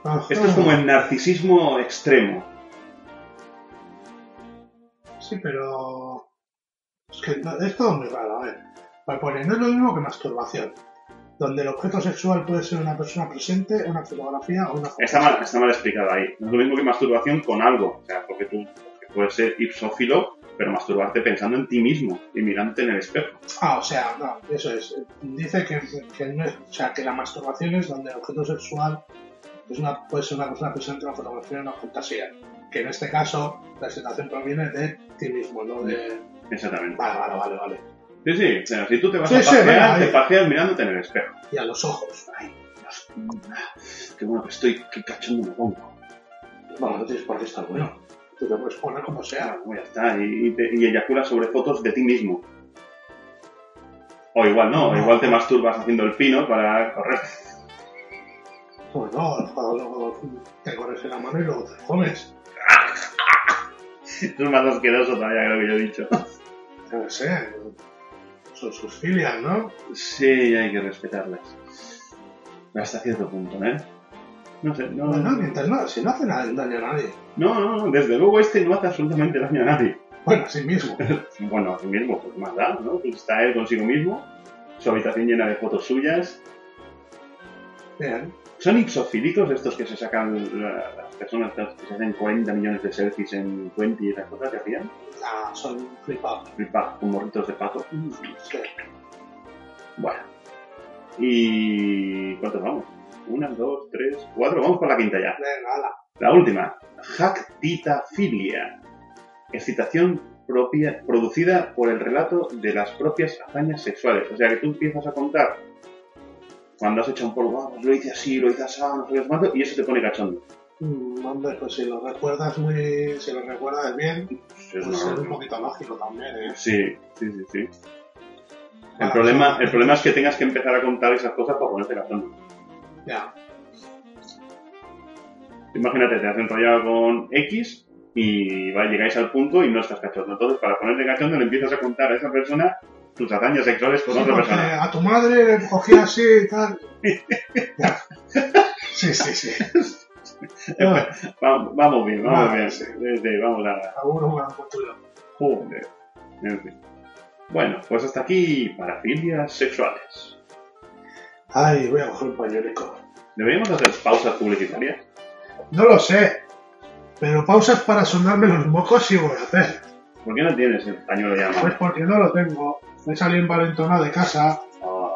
Speaker 4: Ajá.
Speaker 3: Esto es como el narcisismo extremo.
Speaker 4: Sí, pero. Es que no- es todo muy raro, a ver. Para poner, no es lo mismo que masturbación. Donde el objeto sexual puede ser una persona presente, una fotografía o una foto.
Speaker 3: Está mal, está mal explicado ahí. No es lo mismo que masturbación con algo. O sea, porque tú porque puedes ser ipsófilo, pero masturbarte pensando en ti mismo y mirándote en el espejo.
Speaker 4: Ah, o sea, no, eso es. Dice que, que no es- o sea, que la masturbación es donde el objeto sexual es una, puede ser una persona presente, una fotografía, una fantasía. Que en este caso la excitación proviene de ti mismo, no de.
Speaker 3: Exactamente.
Speaker 4: Vale, vale, vale, vale.
Speaker 3: Sí, sí. O sea, si tú te vas
Speaker 4: Sí,
Speaker 3: a
Speaker 4: sí,
Speaker 3: pajear,
Speaker 4: venga,
Speaker 3: te
Speaker 4: ahí.
Speaker 3: pajeas mirándote en el espejo.
Speaker 4: Y a los ojos.
Speaker 3: Ay, Dios. Ah, Qué bueno que estoy, qué cachondo me pongo.
Speaker 4: Vamos, no tienes por qué estar bueno. Tú te puedes poner como sea.
Speaker 3: Ah, bueno, ya está. Y, y te- y eyaculas sobre fotos de ti mismo. O igual no, o igual te masturbas haciendo el pino para correr.
Speaker 4: Pues no, luego, luego te corres en la mano y luego te comes.
Speaker 3: Eso es más asqueroso todavía que lo que yo he dicho.
Speaker 4: Yo no sé. Son sus filias, ¿no?
Speaker 3: Sí, hay que respetarlas. Hasta cierto punto, ¿eh? No sé, no.
Speaker 4: Bueno,
Speaker 3: No,
Speaker 4: mientras no, si no hace nada- daño a nadie.
Speaker 3: no, no, desde luego este no hace absolutamente daño a nadie.
Speaker 4: Bueno, a sí mismo.
Speaker 3: Bueno, a sí mismo, pues más da, ¿no? Pues está él consigo mismo, su habitación llena de fotos suyas.
Speaker 4: Bien.
Speaker 3: ¿Son ipsofílicos estos que se sacan la- las personas estas que se hacen 40 millones de selfies en 20 y esas cosas que hacían?
Speaker 4: Ah, son flipados.
Speaker 3: Flipa, con morritos de pato.
Speaker 4: Sí.
Speaker 3: Bueno. ¿Y cuántos vamos? Una, dos, tres, cuatro. Vamos por la quinta ya.
Speaker 4: Venga, ala.
Speaker 3: La última, jactitafilia, excitación propia, producida por el relato de las propias hazañas sexuales. O sea, que tú empiezas a contar cuando has hecho un polvo, ah, pues lo hice así, lo hice así, no sé qué más, y eso te pone cachondo.
Speaker 4: Mm, hombre, pues si lo recuerdas muy. Si lo recuerdas bien,
Speaker 3: Pues
Speaker 4: pues
Speaker 3: es
Speaker 4: es un
Speaker 3: una-
Speaker 4: poquito lógico también, ¿eh?
Speaker 3: Sí, sí, sí, sí. El
Speaker 4: Ah,
Speaker 3: problema, el problema es que tengas que empezar a contar esas cosas para ponerte cachondo.
Speaker 4: Ya.
Speaker 3: Imagínate, te has enrollado con X y va, llegáis al punto y no estás cachondo. Entonces, para ponerte cachondo le empiezas a contar a esa persona tus hazañas sexuales con
Speaker 4: Sí,
Speaker 3: otra
Speaker 4: porque
Speaker 3: persona.
Speaker 4: a tu madre le cogí así y tal. Ya. Sí, sí, sí. Ah,
Speaker 3: Vamos, vamos bien, vamos
Speaker 4: Vale,
Speaker 3: bien.
Speaker 4: sí.
Speaker 3: Sí, sí, vamos a...
Speaker 4: Algunos juegan con tuyo.
Speaker 3: Joder. En fin. Bueno, pues hasta aquí parafilias sexuales.
Speaker 4: Ay, voy a coger un pañuelico.
Speaker 3: ¿Deberíamos hacer pausas publicitarias?
Speaker 4: No lo sé. Pero pausas para sonarme los mocos sí voy a hacer.
Speaker 3: ¿Por qué no tienes el pañuelo ya
Speaker 4: Pues
Speaker 3: más?
Speaker 4: porque no lo tengo. Me salí envalentonado de casa.
Speaker 3: Ah.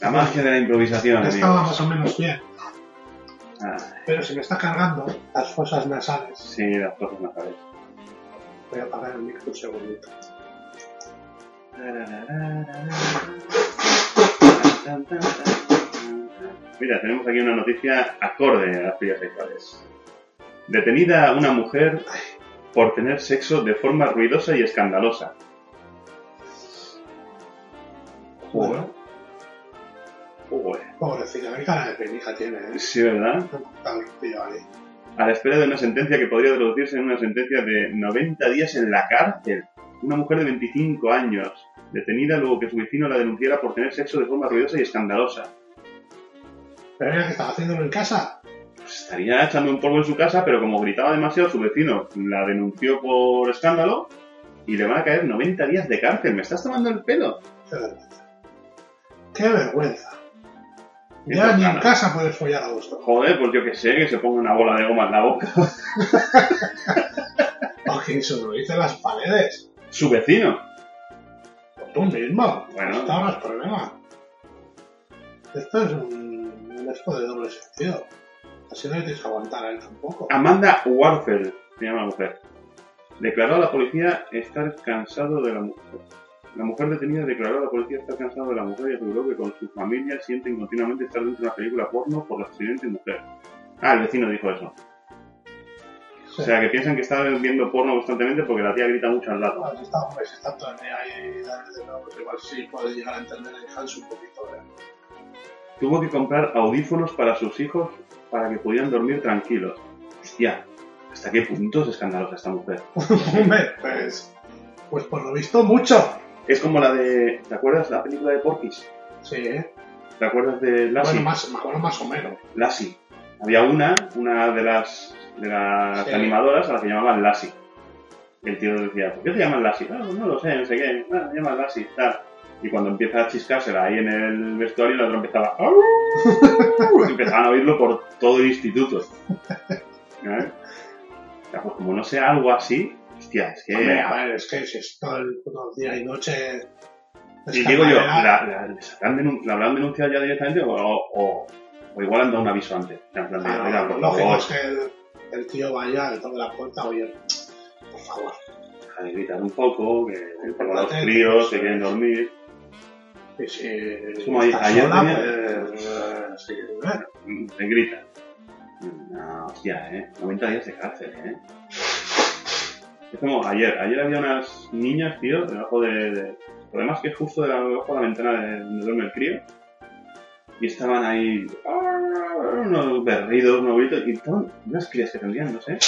Speaker 3: La magia de la improvisación,
Speaker 4: Estaba
Speaker 3: amigos.
Speaker 4: más o menos bien.
Speaker 3: Ah,
Speaker 4: Pero se me está cargando las fosas nasales.
Speaker 3: sí, las cosas no sabes.
Speaker 4: Voy a apagar el micro un segundito.
Speaker 3: Mira, tenemos aquí una noticia acorde a las filias sexuales. Detenida una mujer por tener sexo de forma ruidosa y escandalosa.
Speaker 4: Bueno,
Speaker 3: Uy,
Speaker 4: pobrecita, qué cara de penija tiene, ¿eh?
Speaker 3: sí, ¿verdad?
Speaker 4: Está bien pillado ahí.
Speaker 3: A la espera de una sentencia que podría traducirse en una sentencia de 90 días en la cárcel. Una mujer de 25 años, detenida luego que su vecino la denunciara por tener sexo de forma ruidosa y escandalosa.
Speaker 4: Pero era que estaba haciéndolo en casa.
Speaker 3: Pues estaría echando un polvo en su casa, pero como gritaba demasiado, su vecino la denunció por escándalo y le van a caer 90 días de cárcel. ¿Me estás tomando el pelo?
Speaker 4: Qué vergüenza. Qué vergüenza.
Speaker 3: Qué
Speaker 4: Ya ni en
Speaker 3: bacana.
Speaker 4: casa puedes follar a gusto.
Speaker 3: Joder, pues yo que sé, que se ponga una bola de goma en la boca.
Speaker 4: Aunque eso lo dicen las paredes.
Speaker 3: Su vecino.
Speaker 4: Pues tú mismo.
Speaker 3: Bueno.
Speaker 4: No te hagas problema. Esto es un, un esto de doble sentido. Así no le tienes que aguantar a él tampoco.
Speaker 3: Ah, Amanda Warfel, se llama la mujer. Declaró a la policía estar cansado de la mujer. La mujer detenida declaró a la policía estar cansada de la mujer y aseguró que con su familia sienten continuamente estar dentro de una película porno por la accidente mujer. Ah, el vecino dijo eso. O sea, que piensan que está viendo porno constantemente porque la tía grita mucho al lado.
Speaker 4: Bueno, si está, hombre, si está todo el día ahí dándole de nuevo, pues igual sí puede llegar a entender el Hans un poquito. ¿eh?
Speaker 3: Tuvo que comprar audífonos para sus hijos para que pudieran dormir tranquilos. Hostia, ¿hasta qué punto es escandalosa esta mujer?
Speaker 4: Hombre, pues, pues por lo visto mucho.
Speaker 3: Es como la de... ¿Te acuerdas la película de Porky's?
Speaker 4: Sí, ¿eh?
Speaker 3: ¿Te acuerdas de Lassie?
Speaker 4: Bueno, más, bueno, más o menos.
Speaker 3: Lassie. Había una, una de las, de las
Speaker 4: Sí.
Speaker 3: animadoras a la que llamaban Lassie. El tío decía, ¿por qué te llaman Lassie? "Ah, pues no lo sé, no sé qué. Ah, me llaman Lassie, tal. Y cuando empieza a chiscársela ahí en el vestuario, la otra empezaba... "Au". y empezaban a oírlo por todo el instituto. ¿Eh? O sea, pues como no sea algo así, hostia, es que...
Speaker 4: Hombre, a ver, es que si es todo el puto día y noche.
Speaker 3: Y digo yo,
Speaker 4: escandalera,
Speaker 3: la, la- les habrán denun- la habrán denunciado ya directamente o, o- o igual han dado un aviso antes. O sea, en plan de,
Speaker 4: Ah,
Speaker 3: "Oiga,
Speaker 4: lo
Speaker 3: por
Speaker 4: lógico
Speaker 3: favor,
Speaker 4: es que el, el tío vaya al toque de la puerta, oye, por favor.
Speaker 3: deja de gritar un poco, que tengo los
Speaker 4: Importante,
Speaker 3: críos, que
Speaker 4: sí.
Speaker 3: quieren dormir.
Speaker 4: Y si
Speaker 3: Es como ahí-
Speaker 4: está
Speaker 3: ayer
Speaker 4: sola,
Speaker 3: tenía-
Speaker 4: pues, eh, sí, bueno.
Speaker 3: Mm, Se grita. No, hostia, eh. 90 días de cárcel, eh. Es como ayer. Ayer había unas niñas, tío, debajo de. de- lo demás que es justo debajo de la ventana de donde duerme el crío. Y estaban ahí. "Arr", Unos berridos, unos gritos. Y estaban unas crías que tendrían, no sé.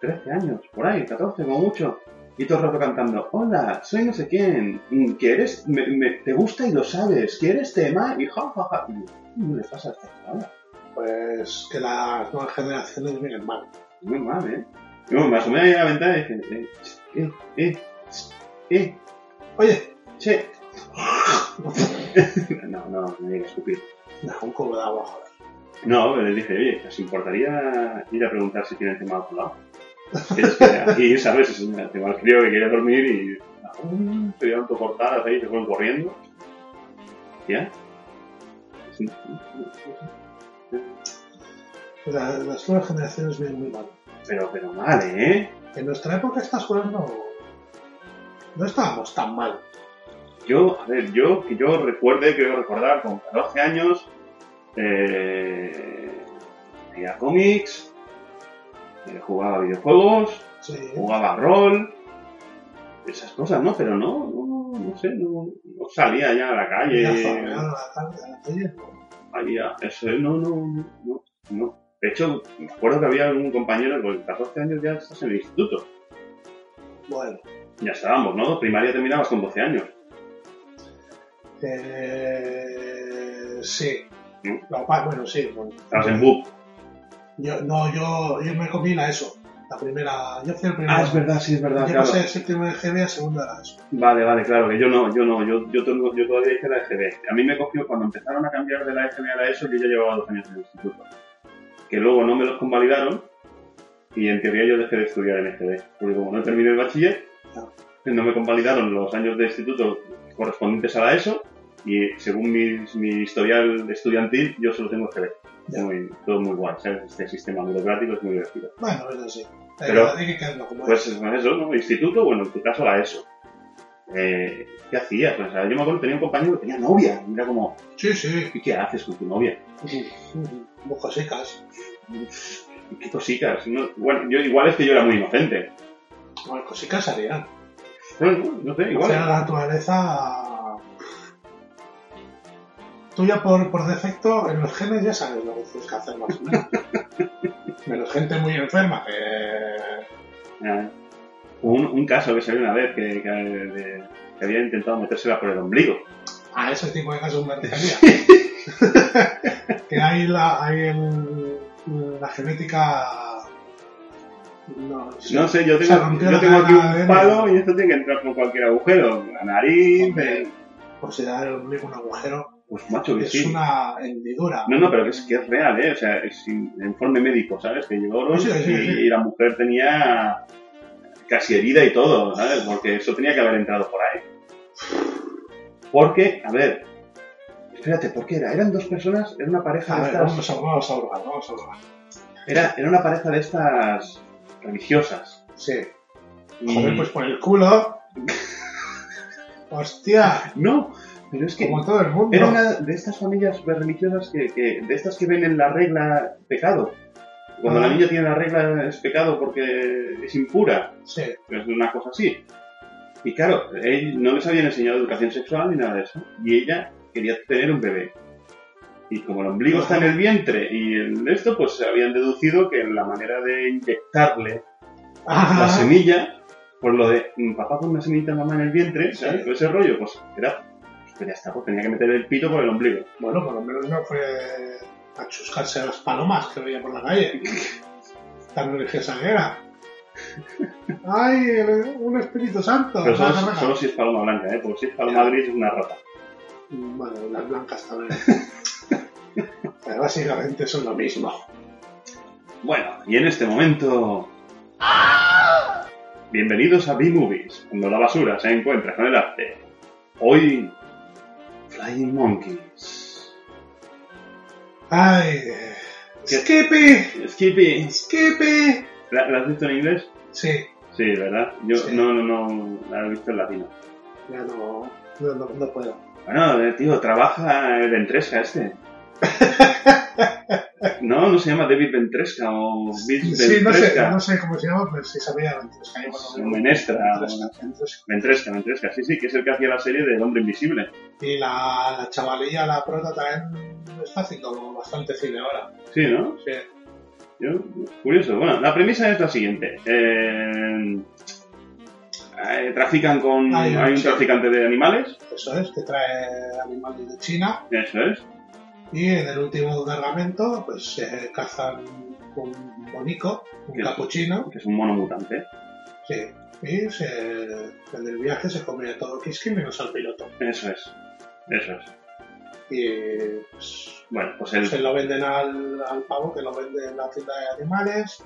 Speaker 3: 13 años, por ahí, 14 como mucho. Y todo el rato cantando, hola, soy no sé quién, mm, que eres, me, me- te gusta y lo sabes, que eres tema, y ja, ja, ja. Y yo, ¿Qué le pasa a esta chavala?
Speaker 4: Pues que las nuevas generaciones vienen mal.
Speaker 3: Muy mal, ¿eh? No, me asomé ahí a la ventana y dije, eh, eh, eh, eh,
Speaker 4: Oye,
Speaker 3: che. no, no, me iba a escupir.
Speaker 4: deja un cubo de agua, joder.
Speaker 3: No, pero les dije, oye, ¿os importaría ir a preguntar si tienen tema a otro lado? Es que aquí, ¿sabes? Es un tema al crío que quiere dormir y ah, se vieron autocortadas ahí, se fueron corriendo. ¿Ya? Sí.
Speaker 4: La- las nuevas generaciones vienen muy mal.
Speaker 3: Pero, pero mal, ¿eh?
Speaker 4: En nuestra época estas cosas no, no estábamos tan mal.
Speaker 3: Yo, a ver, yo, que yo recuerde, creo recordar, con 14 años, eh, leía cómics, eh, jugaba a videojuegos,
Speaker 4: Sí,
Speaker 3: jugaba a rol, esas cosas, ¿no? Pero no, no, no sé, no, no salía ya a la
Speaker 4: ya
Speaker 3: calle,
Speaker 4: zorrearon a la tarde, a la pues, calle, ¿no?
Speaker 3: había, eso, eh, no, no, no, no. De hecho, me acuerdo que había algún compañero que con 14 años ya estás en el instituto.
Speaker 4: Bueno,
Speaker 3: Ya estábamos, ¿no? Primaria terminabas con 12 años.
Speaker 4: eh, sí.
Speaker 3: ¿Mm?
Speaker 4: Lo que pasa- bueno, sí. bueno.
Speaker 3: Estabas en BUP.
Speaker 4: Yo, no, yo, yo me combina eso. La primera, yo fui el primero.
Speaker 3: Ah, es verdad, sí, es verdad,
Speaker 4: yo
Speaker 3: claro.
Speaker 4: pasé de séptimo de GB a segundo de la ESO.
Speaker 3: Vale, vale, claro, que yo no, yo no, yo, yo, tengo- yo todavía hice la EGB. A mí me cogió cuando empezaron a cambiar de la EGB a la ESO, yo ya llevaba dos años en el instituto. Que luego no me los convalidaron y en teoría yo dejé de estudiar en EGB. Porque como no terminé el bachiller, no me convalidaron los años de instituto correspondientes a la ESO y según mi, mi historial estudiantil, yo solo tengo EGB.
Speaker 4: Ya.
Speaker 3: Muy, todo muy guay, ¿sabes? Este sistema burocrático es muy divertido.
Speaker 4: Bueno, eso sí.
Speaker 3: Pero-
Speaker 4: hay que quedarlo como
Speaker 3: Pues es más eso, ¿no? Instituto, bueno, en tu caso la ESO. Eh, ¿Qué hacías? Pues, o sea, yo me acuerdo que tenía un compañero que tenía novia. Y era como,
Speaker 4: es. Sí, sí.
Speaker 3: ¿y qué haces con tu novia?
Speaker 4: Muy cositas.
Speaker 3: ¿Qué cositas? No- bueno, yo igual es que yo era muy inocente.
Speaker 4: Bueno, cositas salían.
Speaker 3: Bueno, no sé,
Speaker 4: O sea,
Speaker 3: igual.
Speaker 4: la naturaleza tuya por, por defecto en los genes ya sabes lo que tienes que hacer más o menos. Menos gente muy enferma que...
Speaker 3: Eh, un, un caso que salió una vez que, que, de- que había intentado metérsela por el ombligo.
Speaker 4: A ese tipo de casos me refería. que hay la, hay el- la genética... No, sí.
Speaker 3: No sé, yo
Speaker 4: Se
Speaker 3: tengo,
Speaker 4: rompió
Speaker 3: yo
Speaker 4: la
Speaker 3: tengo aquí
Speaker 4: cadena
Speaker 3: un
Speaker 4: de-
Speaker 3: palo y esto tiene que entrar por cualquier agujero. La nariz,
Speaker 4: Hombre.
Speaker 3: eh,
Speaker 4: Por si da el ombligo un agujero,
Speaker 3: pues macho que
Speaker 4: es
Speaker 3: sí.
Speaker 4: una hendidura.
Speaker 3: No, no, pero es que es real, ¿eh? O sea, es in- informe médico, ¿sabes? Que llegó Oros
Speaker 4: Sí, sí, sí,
Speaker 3: y,
Speaker 4: sí.
Speaker 3: y la mujer tenía casi herida y todo, ¿sabes? Porque eso tenía que haber entrado por ahí. Porque, a ver, espérate, ¿por qué era? Eran dos personas, era una pareja
Speaker 4: A
Speaker 3: de
Speaker 4: ver,
Speaker 3: estas-
Speaker 4: vamos a, vamos a hurgar, vamos a hurgar.
Speaker 3: era, era una pareja de estas religiosas.
Speaker 4: Sí.
Speaker 3: Y-
Speaker 4: pues- Joder, pues por el culo. Hostia,
Speaker 3: No, pero es que
Speaker 4: como todo el mundo.
Speaker 3: era una de estas familias religiosas que, que- de estas que ven en la regla pecado. Cuando
Speaker 4: Ah.
Speaker 3: la niña tiene la regla es pecado porque es impura,
Speaker 4: Sí,
Speaker 3: es una cosa así. Y claro, él, no les habían enseñado educación sexual ni nada de eso. Y ella quería tener un bebé. Y como el ombligo está en el vientre y el esto, pues se habían deducido que la manera de inyectarle la
Speaker 4: Ah,
Speaker 3: semilla, pues lo de mm, papá con una semillita mamá en el vientre, ¿sabes?
Speaker 4: Sí.
Speaker 3: Todo ese rollo, pues era, pues ya está, pues tenía que meter el pito por el ombligo.
Speaker 4: bueno, por lo menos no fue a chuscarse a las palomas que veía por la calle. Tan religiosa que era. ¡Ay, el- un Espíritu Santo!
Speaker 3: Pero solo,
Speaker 4: Raca, raca.
Speaker 3: solo si es paloma blanca, ¿eh? Porque si es paloma gris es una rata.
Speaker 4: Bueno, las blancas también. Pero básicamente son lo mismo.
Speaker 3: Bueno, y en este momento... Bienvenidos a B-Movies, cuando la basura se encuentra con el arte. Hoy... Flying Monkeys.
Speaker 4: ¡Ay!
Speaker 3: ¿Qué?
Speaker 4: ¡Skippy!
Speaker 3: Skippy.
Speaker 4: ¡Skippy!
Speaker 3: ¿La, la has visto en inglés?
Speaker 4: Sí,
Speaker 3: Sí, ¿verdad? Yo
Speaker 4: Sí.
Speaker 3: no, no, no, la he visto en latino.
Speaker 4: ya no, no, no, no puedo.
Speaker 3: Bueno, eh, tío, trabaja el Ventresca este. No, no se llama David Ventresca o Bill
Speaker 4: Sí, no sé,
Speaker 3: Ventresca.
Speaker 4: no sé cómo se llama, pero sí sabía la Ventresca.
Speaker 3: Un menestra,
Speaker 4: Ventresca, Ventresca.
Speaker 3: Ventresca, Ventresca, sí, sí, que es el que hacía la serie del Hombre Invisible.
Speaker 4: Y la, la chavalilla, la prota, también está haciendo bastante cine ahora.
Speaker 3: Sí, ¿no?
Speaker 4: Sí.
Speaker 3: Yo- curioso. Bueno, la premisa es la siguiente. Eh, eh, trafican con...
Speaker 4: Ay,
Speaker 3: hay un
Speaker 4: sí.
Speaker 3: traficante de animales,
Speaker 4: Eso es, que trae animales de China
Speaker 3: eso es.
Speaker 4: y en el último derramento pues se cazan un bonico, un
Speaker 3: ¿Qué?
Speaker 4: capuchino,
Speaker 3: Que es un mono mutante.
Speaker 4: sí. Y se, en el viaje se come todo Kiskin menos al piloto.
Speaker 3: Eso es. Eso es.
Speaker 4: Y pues,
Speaker 3: Bueno, pues el...
Speaker 4: se lo venden al, al pavo que lo vende en la tienda de animales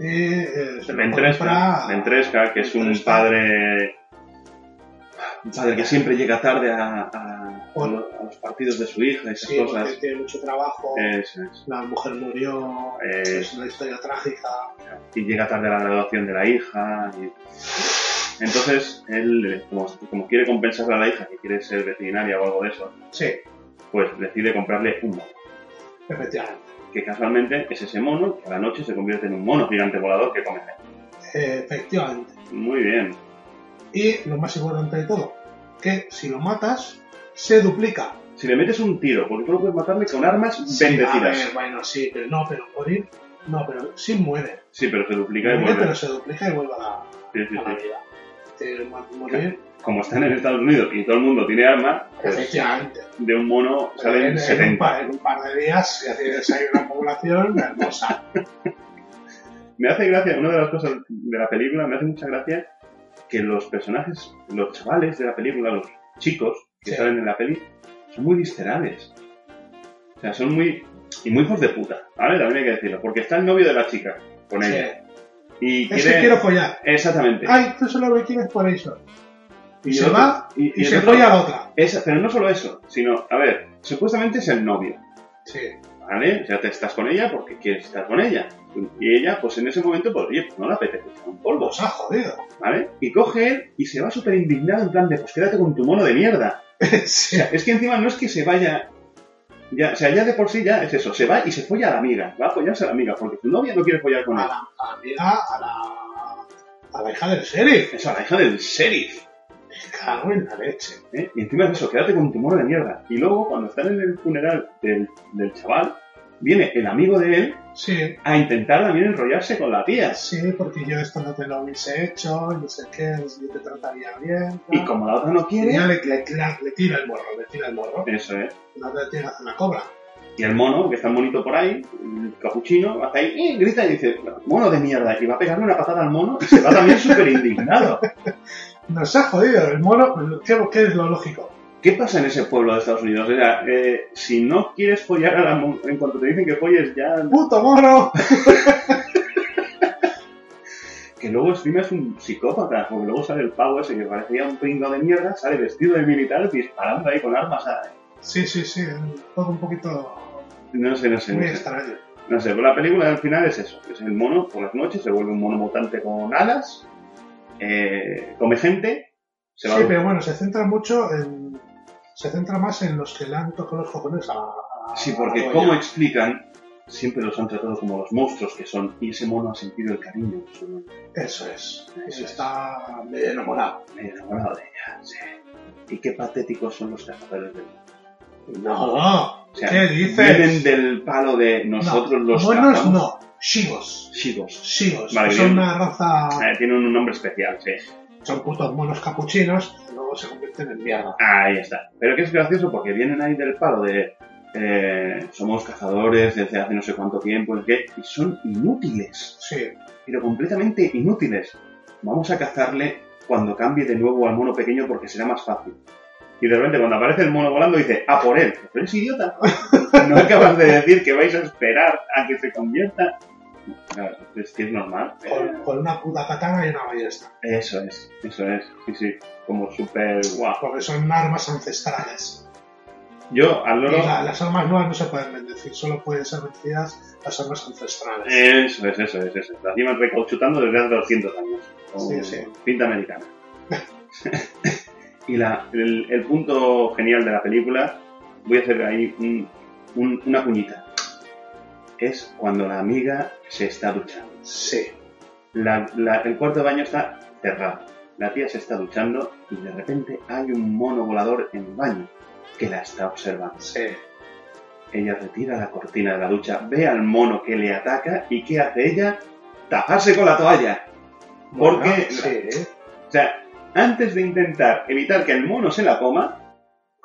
Speaker 4: y eh, se lo
Speaker 3: Ventresca,
Speaker 4: compra a-
Speaker 3: Ventresca, que es un
Speaker 4: Ventresca.
Speaker 3: padre. Un padre que siempre llega tarde a, a- a
Speaker 4: Bueno.
Speaker 3: lo- a los partidos de su hija, esas
Speaker 4: Sí, porque
Speaker 3: cosas. Eh,
Speaker 4: tiene mucho trabajo.
Speaker 3: Eso es.
Speaker 4: La mujer murió,
Speaker 3: Eh.
Speaker 4: es una historia trágica.
Speaker 3: Y llega tarde a la graduación de la hija. y- Entonces, él, eh, como, como quiere compensar a la hija, que quiere ser veterinaria o algo de eso,
Speaker 4: Sí,
Speaker 3: pues decide comprarle un mono.
Speaker 4: efectivamente.
Speaker 3: Que casualmente es ese mono que a la noche se convierte en un mono gigante volador que come gente.
Speaker 4: Efectivamente.
Speaker 3: Muy bien.
Speaker 4: Y lo más importante de todo, que si lo matas, se duplica.
Speaker 3: Si le metes un tiro, porque tú lo puedes matarle con armas
Speaker 4: A
Speaker 3: bendecidas.
Speaker 4: ver, bueno, sí, pero no, pero morir. No, pero sí muere.
Speaker 3: Sí, pero se duplica y
Speaker 4: Muere,
Speaker 3: vuelve.
Speaker 4: pero se duplica y vuelve a la,
Speaker 3: Sí, sí,
Speaker 4: a la
Speaker 3: sí.
Speaker 4: vida. Eh, mor- morir,
Speaker 3: Como están en Estados Unidos y todo el mundo tiene armas, pues
Speaker 4: efectivamente.
Speaker 3: de un mono
Speaker 4: En-
Speaker 3: salen
Speaker 4: en, un
Speaker 3: 70.
Speaker 4: par, en un par de días ya tienes ahí una población hermosa.
Speaker 3: Me hace gracia, una de las cosas de la película, me hace mucha gracia que los personajes, los chavales de la película, los chicos que
Speaker 4: Sí.
Speaker 3: salen en la peli, son muy viscerales. O sea, son muy. y muy hijos de puta, ¿vale? También hay que decirlo. Porque está el novio de la chica con
Speaker 4: Sí.
Speaker 3: ella. Y
Speaker 4: Es
Speaker 3: quiere.
Speaker 4: que quiero follar.
Speaker 3: Exactamente.
Speaker 4: Ay, tú solo me quieres por eso. Y,
Speaker 3: el
Speaker 4: se
Speaker 3: otro-
Speaker 4: va y,
Speaker 3: el
Speaker 4: se
Speaker 3: otro-
Speaker 4: folla a la otra.
Speaker 3: Esa- pero no solo eso, sino, a ver, supuestamente es el novio.
Speaker 4: Sí.
Speaker 3: ¿vale? O sea, te estás con ella porque quieres estar con ella. Y ella, pues en ese momento, pues oye, pues no le apetece echar un polvo,
Speaker 4: Os ha jodido.
Speaker 3: ¿vale? Y coge él y se va súper indignado en plan de, pues quédate con tu mono de mierda. O
Speaker 4: sí.
Speaker 3: sea, es que encima no es que se vaya... Ya, o sea, ya de por sí ya es eso, se va y se folla a la amiga, va a follarse a la amiga, porque tu novia no quiere follar
Speaker 4: A
Speaker 3: con él.
Speaker 4: la, a la amiga, a la, a la hija del sheriff.
Speaker 3: Es a la hija del sheriff,
Speaker 4: Me Cago en la leche.
Speaker 3: ¿eh? Y encima es eso, quédate con tu mono de mierda. Y luego, cuando están en el funeral del, del chaval, viene el amigo de él
Speaker 4: Sí,
Speaker 3: a intentar también enrollarse con la tía.
Speaker 4: sí, porque yo esto no te lo hubiese hecho, no sé qué, yo te trataría bien.
Speaker 3: Y como la otra no
Speaker 4: Y ya
Speaker 3: quiere...
Speaker 4: le, le- le- le tira el morro, le tira el morro.
Speaker 3: Eso ¿eh? es.
Speaker 4: No te tienes que hacer la cobra.
Speaker 3: Y el mono, que está bonito por ahí, el capuchino, hace ahí, ¡eh! grita y dice, mono de mierda, y va a pegarle una patada al mono y se va también súper indignado.
Speaker 4: Nos ha jodido el mono. ¿Qué, qué es lo lógico?
Speaker 3: ¿Qué pasa en ese pueblo de Estados Unidos? O sea, eh, si no quieres follar a la mon- en cuanto te dicen que folles ya,
Speaker 4: ¡Puto mono!
Speaker 3: que luego encima es un psicópata, porque luego sale el pavo ese que parecía un pringo de mierda, sale vestido de militar disparando ahí con armas a...
Speaker 4: Sí, sí, sí, todo un poquito
Speaker 3: No sé, no sé, no
Speaker 4: muy
Speaker 3: sé.
Speaker 4: extraño.
Speaker 3: No sé, pero la película al final es eso, es el mono por las noches, se vuelve un mono mutante con alas, eh, come gente, Se
Speaker 4: sí,
Speaker 3: va a-
Speaker 4: pero bueno, se centra mucho en. Se centra más en los que le han tocado los cojones a. a-
Speaker 3: Sí,
Speaker 4: a
Speaker 3: porque
Speaker 4: Goya.
Speaker 3: como explican, siempre los han tratado como los monstruos que son, y ese mono ha sentido el cariño. su-
Speaker 4: Eso es.
Speaker 3: Eso es.
Speaker 4: está medio enamorado.
Speaker 3: Me he enamorado de ella, sí. Y qué patéticos son los cazadores del mundo.
Speaker 4: No,
Speaker 3: O sea,
Speaker 4: ¿qué
Speaker 3: Vienen
Speaker 4: dices?
Speaker 3: del palo de nosotros
Speaker 4: no,
Speaker 3: los
Speaker 4: monos
Speaker 3: cazamos.
Speaker 4: no, shivos.
Speaker 3: Shivos.
Speaker 4: Shivos,
Speaker 3: Vale,
Speaker 4: son
Speaker 3: bien.
Speaker 4: una raza.
Speaker 3: Eh, tienen un nombre especial, sí.
Speaker 4: Son putos monos capuchinos, que luego se convierten en mierda.
Speaker 3: Ahí está. Pero que es gracioso porque vienen ahí del palo de eh, somos cazadores desde hace no sé cuánto tiempo, es que y son inútiles,
Speaker 4: Sí,
Speaker 3: pero completamente inútiles. Vamos a cazarle cuando cambie de nuevo al mono pequeño porque será más fácil. Y de repente cuando aparece el mono volando dice, a por él. Pero eres idiota. No acabas de decir que vais a esperar a que se convierta. Claro, es que es normal.
Speaker 4: con, con una puta katana y una ballesta.
Speaker 3: Eso es, eso es. Sí, sí. Como súper guau.
Speaker 4: Porque son armas ancestrales.
Speaker 3: Yo al
Speaker 4: Y
Speaker 3: loro...
Speaker 4: la- las armas nuevas no se pueden bendecir, solo pueden ser bendecidas las armas ancestrales.
Speaker 3: Eso es, eso es, eso es. La llevan recauchutando desde hace 200 años. Con
Speaker 4: Sí, sí.
Speaker 3: Pinta americana. y la, el, el punto genial de la película, voy a hacer ahí un- un- una cuñita. Es cuando la amiga se está duchando.
Speaker 4: Sí.
Speaker 3: La- la- el cuarto de baño está cerrado. La tía se está duchando y de repente hay un mono volador en el baño que la está observando.
Speaker 4: Sí.
Speaker 3: Ella retira la cortina de la ducha, ve al mono que le ataca y ¿qué hace ella? Taparse con la toalla.
Speaker 4: Bueno,
Speaker 3: Porque-
Speaker 4: Sí.
Speaker 3: O sea, antes de intentar evitar que el mono se la coma,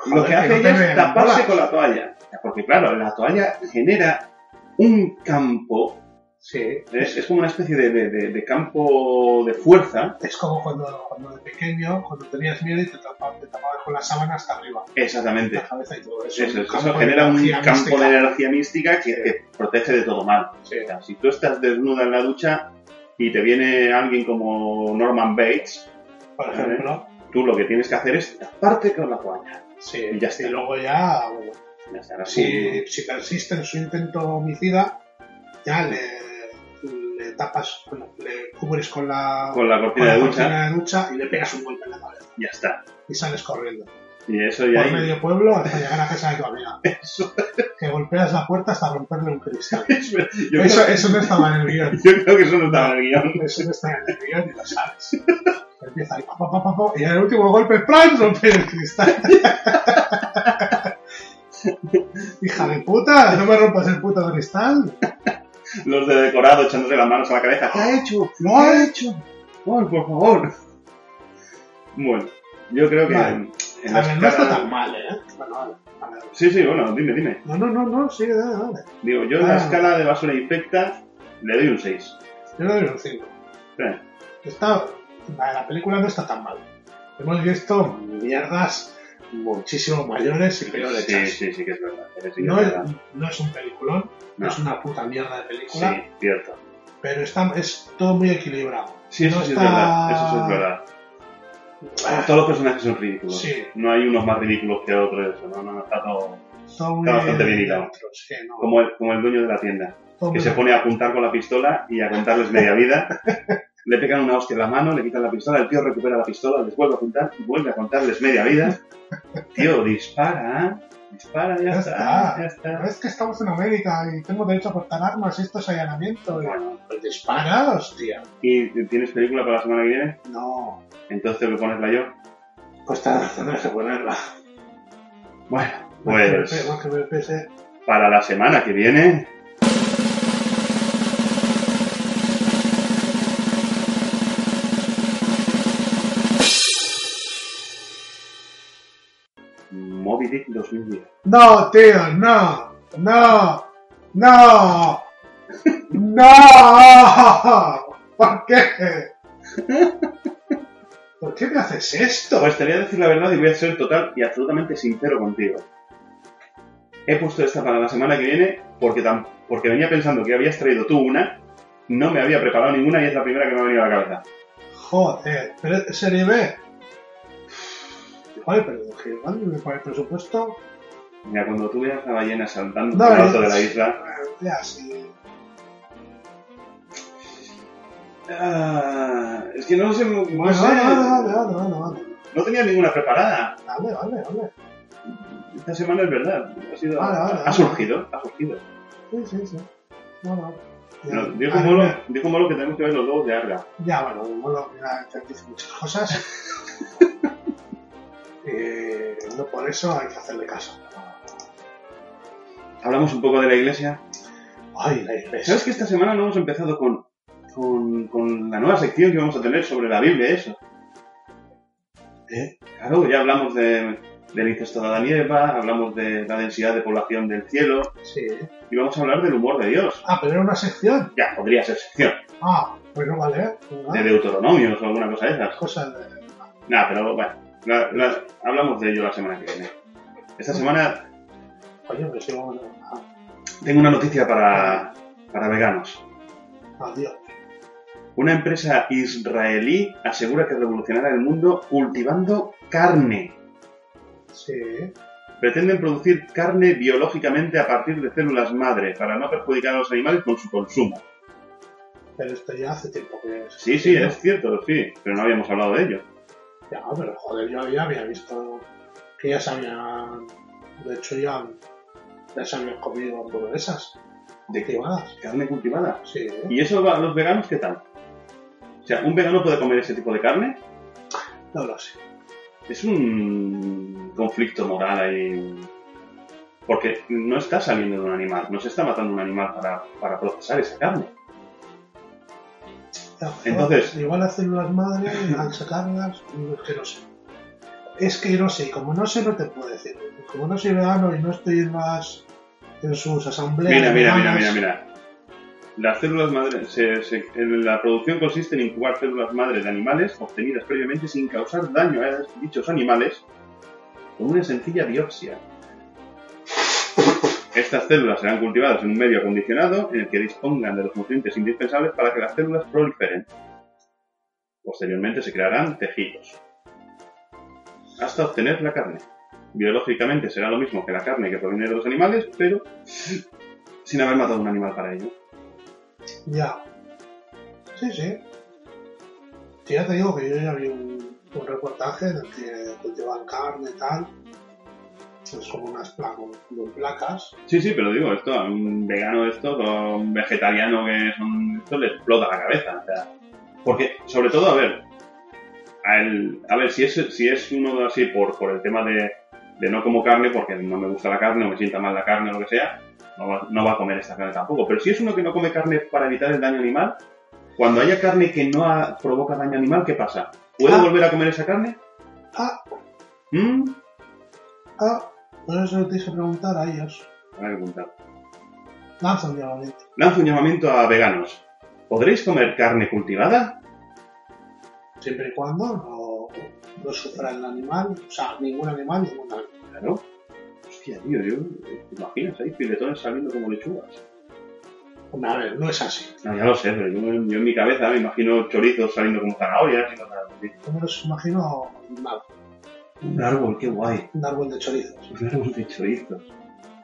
Speaker 3: lo
Speaker 4: Joder,
Speaker 3: que hace
Speaker 4: no te
Speaker 3: ella es
Speaker 4: ven,
Speaker 3: taparse
Speaker 4: bolas.
Speaker 3: con la toalla. Porque claro, la toalla genera un campo,
Speaker 4: Sí.
Speaker 3: es, es como una especie de, de- de- de campo de fuerza,
Speaker 4: Es como cuando, cuando de pequeño, cuando tenías miedo y te tapabas, te tapabas con la sábana hasta arriba,
Speaker 3: exactamente.
Speaker 4: la cabeza y todo
Speaker 3: Eso,
Speaker 4: eso.
Speaker 3: es,
Speaker 4: Un
Speaker 3: eso
Speaker 4: campo de
Speaker 3: genera un
Speaker 4: energía
Speaker 3: campo de
Speaker 4: mística.
Speaker 3: energía mística que te protege de todo mal.
Speaker 4: Sí.
Speaker 3: O sea, si tú estás desnuda en la ducha y te viene alguien como Norman Bates,
Speaker 4: Por ejemplo,
Speaker 3: tú lo que tienes que hacer es taparte con la toalla.
Speaker 4: sí.
Speaker 3: Y ya está.
Speaker 4: Y luego ya, bueno,
Speaker 3: Ya estarás
Speaker 4: si, si persiste en su intento homicida, ya le, le tapas, bueno, le cubres con la,
Speaker 3: con la
Speaker 4: con
Speaker 3: cortina
Speaker 4: la
Speaker 3: de ducha,
Speaker 4: cortina de ducha y le pegas un golpe en la cabeza
Speaker 3: ya está.
Speaker 4: y sales corriendo.
Speaker 3: Y eso ya
Speaker 4: Por
Speaker 3: ahí,
Speaker 4: medio pueblo hasta llegar a casa de tu amiga.
Speaker 3: eso,
Speaker 4: Que golpeas la puerta hasta romperle un cristal.
Speaker 3: es ver- yo,
Speaker 4: Eso,
Speaker 3: creo,
Speaker 4: eso no estaba en el guión.
Speaker 3: yo creo que eso no estaba en el guión.
Speaker 4: Eso no está en el guión y lo sabes. Empieza ahí, pa, pa, pa, pa, pa, y en el último golpe, ¡plan! rompe el cristal. Hija de puta, no me rompas el puto cristal.
Speaker 3: Los de decorado echándose las manos a la cabeza. ¿Qué ha hecho?
Speaker 4: ¡Lo ha hecho!
Speaker 3: Por, por favor. Bueno, yo creo que...
Speaker 4: Vale.
Speaker 3: en- en
Speaker 4: A
Speaker 3: las
Speaker 4: ver, no está
Speaker 3: caras-
Speaker 4: tan mal, ¿eh? Bueno, vale, vale.
Speaker 3: Sí, sí, bueno, dime, dime.
Speaker 4: No, no, no, no, sí, dale, dale.
Speaker 3: Digo, yo en la
Speaker 4: Ah.
Speaker 3: escala de basura infecta le doy un 6.
Speaker 4: Yo le doy un 5.
Speaker 3: Eh,
Speaker 4: Está, la, la película no está tan mal. Hemos visto mierdas muchísimo mayores y peores.
Speaker 3: Sí, sí, sí que es verdad. sí que es
Speaker 4: no, es,
Speaker 3: verdad.
Speaker 4: no es un peliculón,
Speaker 3: No.
Speaker 4: es una puta mierda de
Speaker 3: Sí,
Speaker 4: película,
Speaker 3: cierto.
Speaker 4: pero está, es todo muy equilibrado.
Speaker 3: Sí, eso
Speaker 4: No
Speaker 3: sí
Speaker 4: está-
Speaker 3: es verdad. Eso sí es verdad.
Speaker 4: Ah,
Speaker 3: Todos los personajes son ridículos.
Speaker 4: Sí.
Speaker 3: No hay unos más ridículos que otros. eso, No, no, está todo...
Speaker 4: todo muy
Speaker 3: está bastante bien hilado.
Speaker 4: dentro, sí, no,
Speaker 3: Como el, como el dueño de la tienda,
Speaker 4: todo
Speaker 3: que
Speaker 4: muy
Speaker 3: se
Speaker 4: bien.
Speaker 3: pone a apuntar con la pistola y a contarles media vida. Le pegan una hostia en la mano, le quitan la pistola, el tío recupera la pistola, les vuelve a apuntar, vuelve a contarles media vida. Tío, dispara, dispara, ya,
Speaker 4: Ya
Speaker 3: está,
Speaker 4: está.
Speaker 3: ya está.
Speaker 4: Pero es que estamos en América y tengo derecho a portar armas y esto es allanamiento. Y-
Speaker 3: Bueno,
Speaker 4: Pues dispara, hostia.
Speaker 3: ¿y tienes película para la semana que viene?
Speaker 4: No.
Speaker 3: Entonces tengo que ponerla yo.
Speaker 4: Pues tendrás que ponerla.
Speaker 3: Bueno,
Speaker 4: Más que me pe-
Speaker 3: pues
Speaker 4: más que me pese,
Speaker 3: para la semana que viene. Moby Dick 2010.
Speaker 4: No, tío, no, no, no, no. ¿Por qué? ¿Por qué me haces esto?
Speaker 3: Pues te voy a decir la verdad y voy a ser total y absolutamente sincero contigo. He puesto esta para la semana que viene porque, tam- porque venía pensando que habías traído tú una, no me había preparado ninguna y es la primera que me ha venido a la cabeza.
Speaker 4: Joder, pero es serie B. Joder, pero Gilman, con el presupuesto.
Speaker 3: Mira, cuando tú veas la ballena saltando
Speaker 4: No,
Speaker 3: por lo alto
Speaker 4: eh,
Speaker 3: de la isla,
Speaker 4: Ya, sí.
Speaker 3: Ah, es que no sé, no
Speaker 4: Bueno,
Speaker 3: sé. Ah,
Speaker 4: vale, vale, vale, vale, vale, vale.
Speaker 3: No tenía ninguna preparada.
Speaker 4: Vale, vale, vale.
Speaker 3: Esta semana es verdad. Ha, sido,
Speaker 4: Vale, vale,
Speaker 3: ha
Speaker 4: vale.
Speaker 3: surgido, ha surgido.
Speaker 4: Sí, sí, sí. No, no. Ya,
Speaker 3: No, dijo,
Speaker 4: Ah,
Speaker 3: Molo,
Speaker 4: ya.
Speaker 3: dijo Molo que tenemos que ver los dos de Arga.
Speaker 4: Ya, bueno, Molo mira, te dice muchas cosas. Eh, no por eso hay que hacerle caso.
Speaker 3: Hablamos un poco de la iglesia.
Speaker 4: Ay, la
Speaker 3: ¿Sabes
Speaker 4: iglesia.
Speaker 3: que esta semana no hemos empezado con, con, con la nueva sección que vamos a tener sobre la Biblia, eso?
Speaker 4: ¿Eh?
Speaker 3: Claro, ya hablamos de, del incesto de Adán y Eva, hablamos de la densidad de población del cielo,
Speaker 4: Sí.
Speaker 3: y vamos a hablar del humor de Dios.
Speaker 4: Ah, pero era una sección.
Speaker 3: Ya, podría ser sección
Speaker 4: Ah, bueno, vale.
Speaker 3: de
Speaker 4: ¿eh?
Speaker 3: Deuteronomios o alguna cosa de esas.
Speaker 4: Cosas de...
Speaker 3: Nada, pero bueno, la- la- hablamos de ello la semana que viene. Esta semana
Speaker 4: Coño, que soy bueno. Ah,
Speaker 3: tengo una noticia para, para veganos.
Speaker 4: adiós.
Speaker 3: Una empresa israelí asegura que revolucionará el mundo cultivando carne.
Speaker 4: Sí.
Speaker 3: Pretenden producir carne biológicamente a partir de células madre para no perjudicar a los animales con su consumo.
Speaker 4: Pero esto ya hace tiempo que es.
Speaker 3: Sí, sí, es cierto, sí, pero no habíamos hablado de ello.
Speaker 4: Ya, pero joder, yo ya había visto que ya se habían. De hecho, ya, ya se habían comido hamburguesas
Speaker 3: ¿De qué?
Speaker 4: activadas.
Speaker 3: Carne cultivada.
Speaker 4: Sí, ¿eh?
Speaker 3: ¿Y eso va a los veganos qué tal? O sea, ¿un vegano puede comer ese tipo de carne?
Speaker 4: no lo sé.
Speaker 3: Es un conflicto moral ahí. Porque no está saliendo de un animal, no se está matando un animal para, para procesar esa carne.
Speaker 4: Ya, joder,
Speaker 3: Entonces-
Speaker 4: Igual las células madre, al sacarlas, digo, es que no sé. Es que no sé, y como no sé, no te puedo decir. Como no soy vegano y no estoy en las. en sus asambleas.
Speaker 3: Mira, mira, mira,
Speaker 4: veganas,
Speaker 3: mira, mira. Las células madre, se- se- en la producción consiste en incubar células madre de animales obtenidas previamente sin causar daño a dichos animales con una sencilla biopsia. Estas células serán cultivadas en un medio acondicionado en el que dispongan de los nutrientes indispensables para que las células proliferen. Posteriormente se crearán tejidos. Hasta obtener la carne. Biológicamente será lo mismo que la carne que proviene de los animales, pero sin haber matado a un animal para ello.
Speaker 4: Ya. Sí, sí. Sí, ya te digo que yo ya vi un, un reportaje en el que cultivan carne y tal. Es como unas pla- con- con placas.
Speaker 3: Sí, sí, pero digo, esto a un vegano de esto, a un vegetariano que es un... esto le explota la cabeza. O sea, porque, sobre todo, a ver, a, el- a ver, si es, si es uno así por, por el tema de, de no como carne, porque no me gusta la carne o me sienta mal la carne o lo que sea, no va, no va a comer esta carne tampoco. Pero si es uno que no come carne para evitar el daño animal, cuando haya carne que no ha- provoca daño animal, ¿qué pasa? ¿Puede
Speaker 4: Ah.
Speaker 3: volver a comer esa carne?
Speaker 4: Ah,
Speaker 3: ¿Mm?
Speaker 4: ah, por eso tienes que preguntar a ellos.
Speaker 3: Habrá que preguntar.
Speaker 4: Lanza un llamamiento.
Speaker 3: lanzo un llamamiento a veganos. ¿Podréis comer carne cultivada?
Speaker 4: Siempre y cuando no, no sufra el animal, o sea, ningún animal, ningún animal.
Speaker 3: Claro. Hostia, tío, yo... eh, ¿Te imaginas? Hay filetones saliendo como lechugas.
Speaker 4: Hombre, A ver, no es así.
Speaker 3: No, ya lo sé, pero yo, yo en mi cabeza me imagino chorizos saliendo como zanahorias y cosas así.
Speaker 4: Yo me los imagino nada,
Speaker 3: Un árbol, qué guay.
Speaker 4: un árbol de chorizos.
Speaker 3: Un árbol de chorizos. Un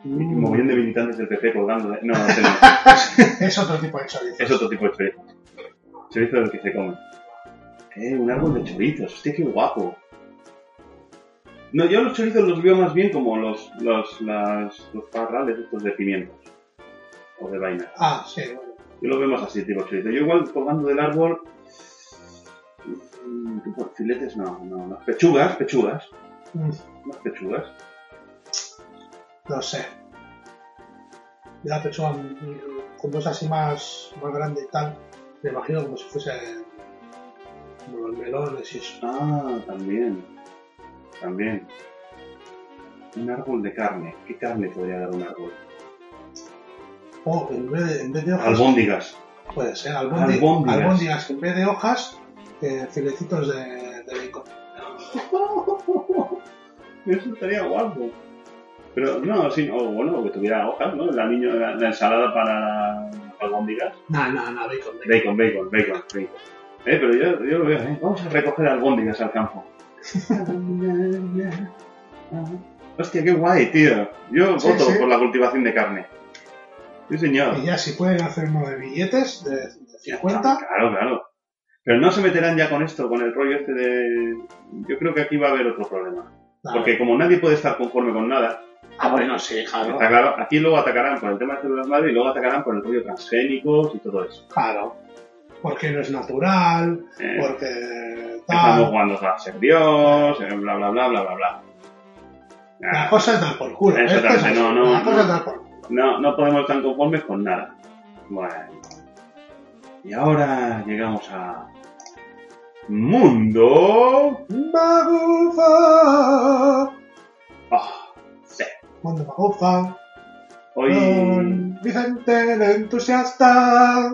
Speaker 4: Mm,
Speaker 3: mogollón de militantes del PP colgando... de- No, no, ese no.
Speaker 4: es otro tipo de chorizos.
Speaker 3: es otro tipo de chorizo. Chorizo del que se come. Eh, un árbol de chorizos. Hostia, qué guapo. No, yo los chorizos los veo más bien como los, los, las, los parrales estos de pimientos. O de vaina.
Speaker 4: Ah, sí, bueno.
Speaker 3: Yo lo veo más así, tipo chorizo. Yo igual colgando del árbol... mm, tipo filetes, no, no, no. Pechugas, pechugas.
Speaker 4: Mm.
Speaker 3: Unas pechugas.
Speaker 4: No sé. De la pechuga mm, con dos así más, más grande y tal, me imagino como si fuese como los melones y eso.
Speaker 3: Ah, también. También. Un árbol de carne. ¿Qué carne podría dar un árbol?
Speaker 4: O en vez de, en vez de hojas,
Speaker 3: Albóndigas.
Speaker 4: puede ser albondi-
Speaker 3: albóndigas.
Speaker 4: albóndigas, en vez de hojas, eh, filetitos de, de bacon.
Speaker 3: Eso estaría guapo. Pero no, sí, o bueno, que tuviera hojas, ¿no? La, niño, la, la ensalada para albóndigas.
Speaker 4: No, no, no, bacon,
Speaker 3: Bacon,
Speaker 4: bacon.
Speaker 3: bacon, bacon, bacon. Eh, pero yo, yo lo veo, ¿eh? Vamos a recoger albóndigas al campo. Hostia, qué guay, tío. Yo
Speaker 4: Sí,
Speaker 3: voto
Speaker 4: sí.
Speaker 3: por la cultivación de carne. Sí, señor. Ah,
Speaker 4: Y ya si pueden hacer uno de billetes de, de 50,
Speaker 3: Claro, claro. Pero no se meterán ya con esto, con el rollo este de, yo creo que aquí va a haber otro problema.
Speaker 4: Vale.
Speaker 3: Porque como nadie puede estar conforme con nada,
Speaker 4: Ah, bueno, sí, claro.
Speaker 3: está claro, aquí luego atacarán por el tema de células madre y luego atacarán por el rollo transgénicos y todo eso.
Speaker 4: Claro. Porque no es natural,
Speaker 3: Eh,
Speaker 4: porque
Speaker 3: Estamos
Speaker 4: tal.
Speaker 3: jugando a ser Dios, eh, bla, bla, bla, bla, bla, bla. Ah,
Speaker 4: Las cosas dan por culo.
Speaker 3: Eso
Speaker 4: esto
Speaker 3: también,
Speaker 4: es así,
Speaker 3: no, no,
Speaker 4: Las cosas
Speaker 3: no.
Speaker 4: dan por culo.
Speaker 3: No, no podemos estar conformes con nada. Bueno. Y ahora llegamos a... Mundo...
Speaker 4: Magufa.
Speaker 3: Ah, sí.
Speaker 4: Cuando Magufa.
Speaker 3: Hoy...
Speaker 4: Con Vicente el entusiasta.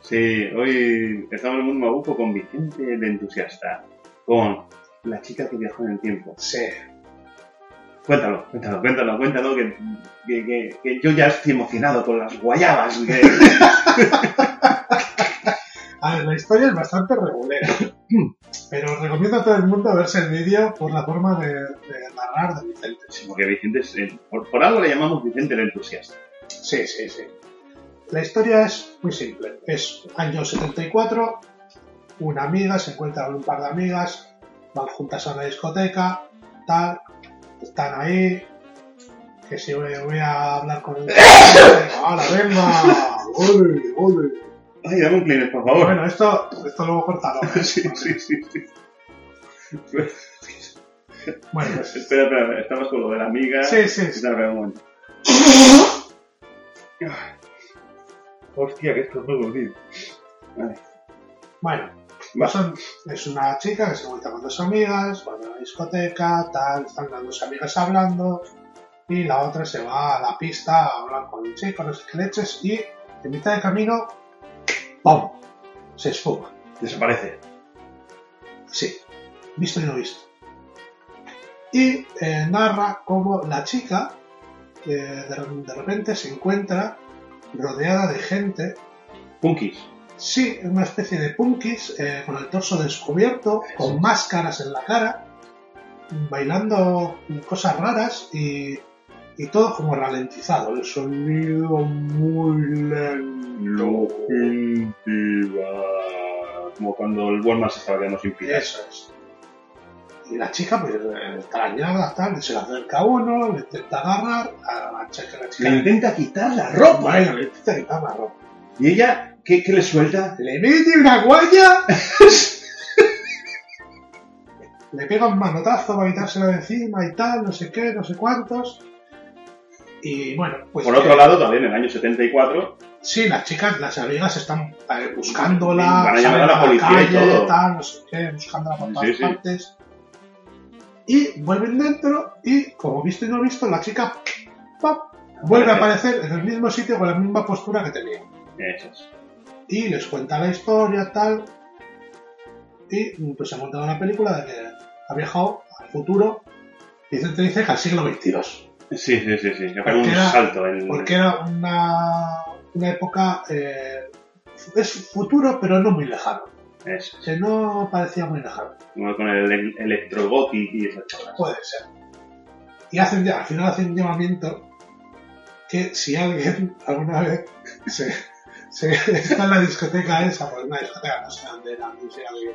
Speaker 3: Sí, hoy estamos en un maguco con Vicente el entusiasta, con la chica que viajó en el tiempo.
Speaker 4: Sí.
Speaker 3: Cuéntalo, cuéntalo, cuéntalo, cuéntalo, que, que- que- que yo ya estoy emocionado con las guayabas. que-
Speaker 4: A ver, la historia es bastante regulera. pero os recomiendo a todo el mundo verse el vídeo por la forma de, de narrar de Vicente.
Speaker 3: Sí, porque Vicente es el- por, por algo le llamamos Vicente el entusiasta.
Speaker 4: Sí, sí, sí. La historia es muy simple. Es año 74, una amiga, se encuentra con un par de amigas, van juntas a una discoteca, tal, están ahí, que si voy, voy a hablar con un... ¡Ahora, venga! ¡Uy, uy!
Speaker 3: Ay, dame un Kleenex, por favor.
Speaker 4: Bueno, esto, esto luego cortalo. ¿eh?
Speaker 3: sí, sí, sí, sí.
Speaker 4: Bueno, pues...
Speaker 3: Espera, espera, espera, estamos con lo de la amiga.
Speaker 4: Sí, sí, sí.
Speaker 3: Espera, espera, un momento. Hostia, que esto es nuevo, tío. Vale.
Speaker 4: Bueno,
Speaker 3: Va.
Speaker 4: son- es una chica que se encuentra con dos amigas, van a la discoteca, tal, están las dos amigas hablando, y la otra se va a la pista a hablar con un chico, no sé qué leches, y en mitad de camino, ¡pum! Se esfuma.
Speaker 3: Desaparece.
Speaker 4: Sí, visto y no visto. Y eh, narra cómo la chica eh, de, de repente se encuentra rodeada de gente
Speaker 3: Punkis.
Speaker 4: Sí, una especie de punkis eh, con el torso descubierto, con máscaras en la cara, bailando cosas raras y, y todo como ralentizado. El sonido muy lento.
Speaker 3: Locomotiva. Como cuando el Walmart se estaba quedando sin
Speaker 4: Y
Speaker 3: pilas.
Speaker 4: eso es. Y la chica, pues, eh, extrañada, tal, se le acerca uno, le intenta agarrar, a la chica, la chica
Speaker 3: Le intenta quitar la ropa.
Speaker 4: Bueno, le intenta quitar la ropa.
Speaker 3: Y ella, ¿qué, qué le suelta?
Speaker 4: ¡Le mete una guaya! Le pega un manotazo para quitársela de encima y tal, no sé qué, no sé cuántos. Y bueno, pues.
Speaker 3: Por
Speaker 4: que-
Speaker 3: otro lado, también en el año 74,
Speaker 4: Sí, las chicas, las amigas están eh, buscándola.
Speaker 3: Van a llamar
Speaker 4: salen
Speaker 3: a la policía y todo.
Speaker 4: tal, no sé qué, buscándola por todas
Speaker 3: Sí, sí.
Speaker 4: partes. Y vuelven dentro y, como visto y no visto, la chica. ¡pap! Vuelve a aparecer en el mismo sitio con la misma postura que tenía.
Speaker 3: esas.
Speaker 4: y les cuenta la historia, tal. Y mm, pues se ha montado una película de que ha viajado al futuro. Vicente dice que al siglo XXII.
Speaker 3: Sí, sí, sí, sí. Que pega un
Speaker 4: Porque era-
Speaker 3: salto en.
Speaker 4: Porque era una, una época. eh, es futuro, pero no muy lejano.
Speaker 3: Eso.
Speaker 4: Que no parecía muy lejano.
Speaker 3: Como Con el el- electrogothic y esas cosas.
Speaker 4: Puede ser. Y hacen, ya- al final hacen un llamamiento que si alguien alguna vez se, se- está en la discoteca esa, pues una discoteca no sé dónde era, no sé, alguien,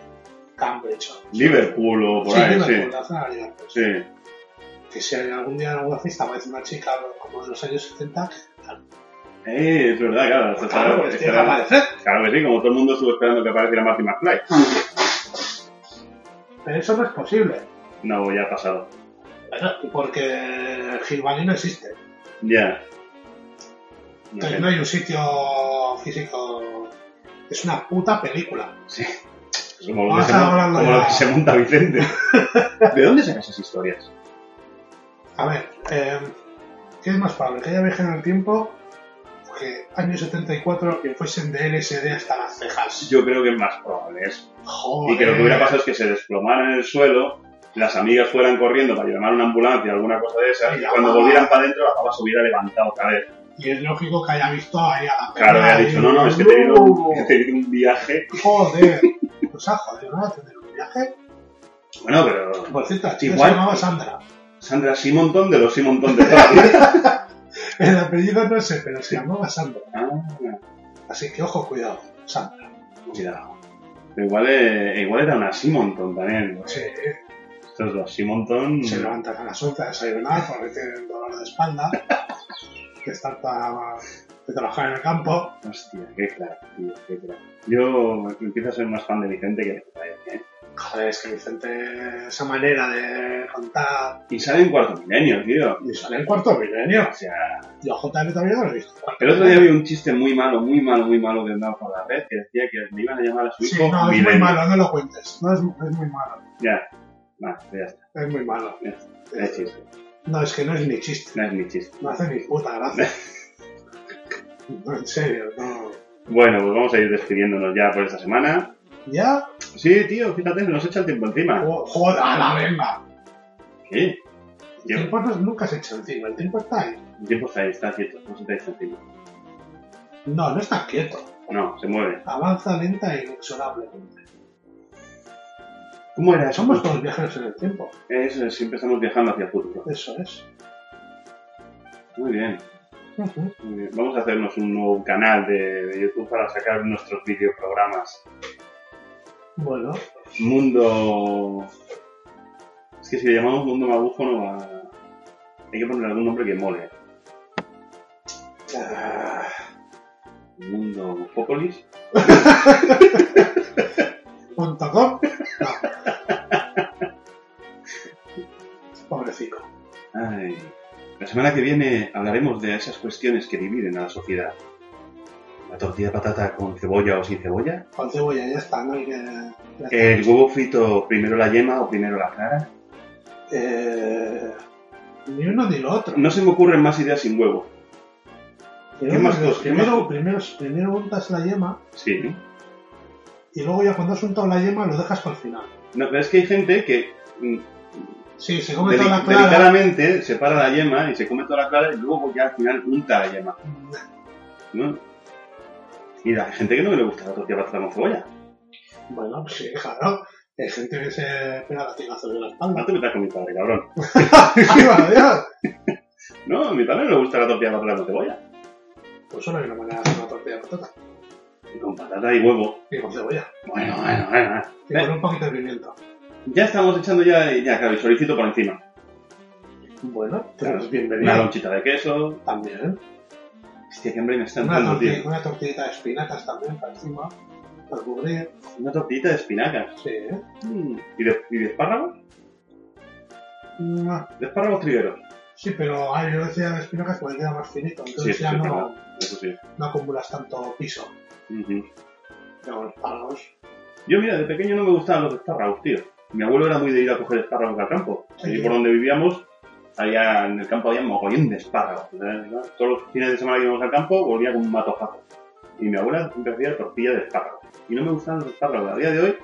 Speaker 4: Cambridge o
Speaker 3: Liverpool o por
Speaker 4: Sí,
Speaker 3: ahí,
Speaker 4: Liverpool, la zona de Liverpool.
Speaker 3: sí. Sí.
Speaker 4: pues, Que si algún día en alguna fiesta aparece una chica pues, como de los años 70,
Speaker 3: Eh, es verdad, claro. esto está-
Speaker 4: claro, pues,
Speaker 3: está-
Speaker 4: tiene que aparecer.
Speaker 3: claro que sí, como todo el mundo estuvo esperando que apareciera Marty McFly.
Speaker 4: Pero eso no es posible.
Speaker 3: No, ya ha pasado.
Speaker 4: Bueno, Porque Gilbani no existe.
Speaker 3: Ya. No sé.
Speaker 4: Entonces no hay un sitio físico. Es una puta película.
Speaker 3: Como lo, que
Speaker 4: Vamos
Speaker 3: se,
Speaker 4: a
Speaker 3: mon-
Speaker 4: hablarlo
Speaker 3: como
Speaker 4: ya.
Speaker 3: lo que se monta Vicente. ¿De dónde sacas esas historias?
Speaker 4: A ver, eh, ¿qué es más probable? Que haya viajado en el tiempo o que año 74 que fuesen de LSD hasta las cejas.
Speaker 3: Yo creo que es más probable eso.
Speaker 4: Joder.
Speaker 3: Y que lo que hubiera pasado es que se desplomaran en el suelo, las amigas fueran corriendo para llamar a una ambulancia o alguna cosa de esas,
Speaker 4: Y
Speaker 3: y
Speaker 4: la
Speaker 3: cuando
Speaker 4: pava-
Speaker 3: volvieran para adentro la pava se hubiera levantado otra vez.
Speaker 4: Y es lógico que haya visto ahí a la
Speaker 3: Claro,
Speaker 4: peña
Speaker 3: había
Speaker 4: ahí.
Speaker 3: dicho, no, no, es que he tenido,
Speaker 4: ¡No!
Speaker 3: un, he tenido un viaje.
Speaker 4: Joder, pues ah, joder, ¿no? Tener un viaje.
Speaker 3: Bueno, pero
Speaker 4: Por cierto, la chica
Speaker 3: Pues Igual.
Speaker 4: se llamaba Sandra.
Speaker 3: Sandra Simontón de los Simontón de ¿eh? toda la vida.
Speaker 4: El apellido no sé, pero se llamaba Sandra.
Speaker 3: Ah,
Speaker 4: Así que ojo, cuidado, Sandra.
Speaker 3: cuidado. Igual, eh, igual era una Simonton también.
Speaker 4: Sí,
Speaker 3: Estos dos, Simonton.
Speaker 4: eh, se levantan a las 11 a desayunar porque tienen dolor de espalda, de estar pa- de trabajar en el campo.
Speaker 3: Hostia, qué crack, tío, qué crack. Yo empiezo a ser más fan de Vicente que de Zayas, ¿eh?
Speaker 4: Joder, es que Vicente, esa manera de contar.
Speaker 3: Y sale en cuarto milenio, tío.
Speaker 4: Y sale el cuarto milenio.
Speaker 3: O sea,
Speaker 4: Yo a JM todavía no lo he visto.
Speaker 3: el otro día vi un chiste muy malo, muy malo, muy malo que andaba por la red que decía que me iban a llamar a su hijo
Speaker 4: Sí, no, es muy
Speaker 3: Milenio.
Speaker 4: malo, no lo cuentes. No, es, es muy malo.
Speaker 3: Ya, va, ya está.
Speaker 4: Es muy malo.
Speaker 3: No es chiste,
Speaker 4: No, es que no es ni chiste.
Speaker 3: no es mi chiste.
Speaker 4: No hace ni puta gracia. No, en serio, no.
Speaker 3: Bueno, pues vamos a ir despidiéndonos ya por esta semana.
Speaker 4: ¿Ya?
Speaker 3: Sí, tío, fíjate, nos echa el tiempo encima.
Speaker 4: Jo- Joder, a la venga. Oh.
Speaker 3: ¿Qué?
Speaker 4: El
Speaker 3: Yo,
Speaker 4: tiempo no- nunca se echa encima, el tiempo está ahí.
Speaker 3: el tiempo está ahí, está quieto, no se te echa encima.
Speaker 4: No, no está quieto.
Speaker 3: No, se mueve.
Speaker 4: Avanza lenta e inexorablemente.
Speaker 3: ¿Cómo era eso?
Speaker 4: Somos todos viajeros en el tiempo,
Speaker 3: Es, siempre estamos viajando hacia el futuro.
Speaker 4: eso es.
Speaker 3: Muy bien.
Speaker 4: Ujú.
Speaker 3: Muy bien. Vamos a hacernos un nuevo canal de, de YouTube para sacar nuestros videoprogramas.
Speaker 4: Bueno,
Speaker 3: Mundo. Es que si le llamamos Mundo Magúfono va- Hay que poner algún nombre que mole.
Speaker 4: ah,
Speaker 3: Mundo Popolis.
Speaker 4: punto com. No. Pobrecito.
Speaker 3: Ay. La semana que viene hablaremos de esas cuestiones que dividen a la sociedad. La tortilla de patata con cebolla o sin cebolla.
Speaker 4: Con cebolla ya está, no hay que. ya está.
Speaker 3: El huevo frito, primero la yema o primero la clara.
Speaker 4: Eh, ni uno ni lo otro.
Speaker 3: No se me ocurren más ideas sin huevo.
Speaker 4: Primero-
Speaker 3: ¿Qué más cosas? ¿Qué
Speaker 4: primero,
Speaker 3: más?
Speaker 4: primero, primero untas la yema
Speaker 3: Sí.
Speaker 4: y luego ya cuando has untado la yema lo dejas para el final.
Speaker 3: No, pero es que hay gente que mm,
Speaker 4: Sí, se come
Speaker 3: Deli-
Speaker 4: toda la clara.
Speaker 3: delicadamente separa la yema y se come toda la clara y luego ya al final unta la yema, ¿no? Y la gente que no le gusta la tortilla de patata con cebolla.
Speaker 4: Bueno, pues sí, claro. Hay gente que se pega latigazos de la
Speaker 3: No
Speaker 4: espalda.
Speaker 3: te metas con mi padre, cabrón.
Speaker 4: ¡Viva Dios!
Speaker 3: No, a mi padre no le gusta la tortilla de patata con cebolla.
Speaker 4: Pues solo hay una manera de hacer una tortilla de patata.
Speaker 3: Y con patata y huevo.
Speaker 4: Y con cebolla.
Speaker 3: Bueno, bueno, bueno.
Speaker 4: Y
Speaker 3: bueno.
Speaker 4: con un poquito de pimiento.
Speaker 3: Ya estamos echando ya, ya claro, el choricito por encima.
Speaker 4: Bueno,
Speaker 3: Claro.
Speaker 4: pero es bienvenido.
Speaker 3: Una lonchita de queso.
Speaker 4: También.
Speaker 3: Hostia, qué hambre me está
Speaker 4: Una,
Speaker 3: entrando,
Speaker 4: tortilla,
Speaker 3: tío.
Speaker 4: una tortillita de espinacas también para encima. Para cubrir.
Speaker 3: Una tortillita de espinacas.
Speaker 4: Sí, ¿eh?
Speaker 3: Mm. ¿Y de, y de espárragos?
Speaker 4: Mua.
Speaker 3: De espárragos trigueros.
Speaker 4: Sí, pero ay, yo decía de espinacas porque queda más finito.
Speaker 3: Sí,
Speaker 4: Entonces
Speaker 3: eso sí,
Speaker 4: ya
Speaker 3: es
Speaker 4: no,
Speaker 3: verdad. Eso sí.
Speaker 4: no acumulas tanto piso.
Speaker 3: Ujú.
Speaker 4: Pero los espárragos.
Speaker 3: Yo, mira, de pequeño no me gustaban los espárragos, tío. Mi abuelo era muy de ir a coger espárragos al campo.
Speaker 4: Sí.
Speaker 3: Allí por donde vivíamos, allá en el campo había mogollón de espárragos. ¿verdad? Todos los fines de semana que íbamos al campo volvía con un matojazo. Y mi abuela siempre hacía tortilla de espárragos. Y no me gustaban los espárragos. A día de hoy,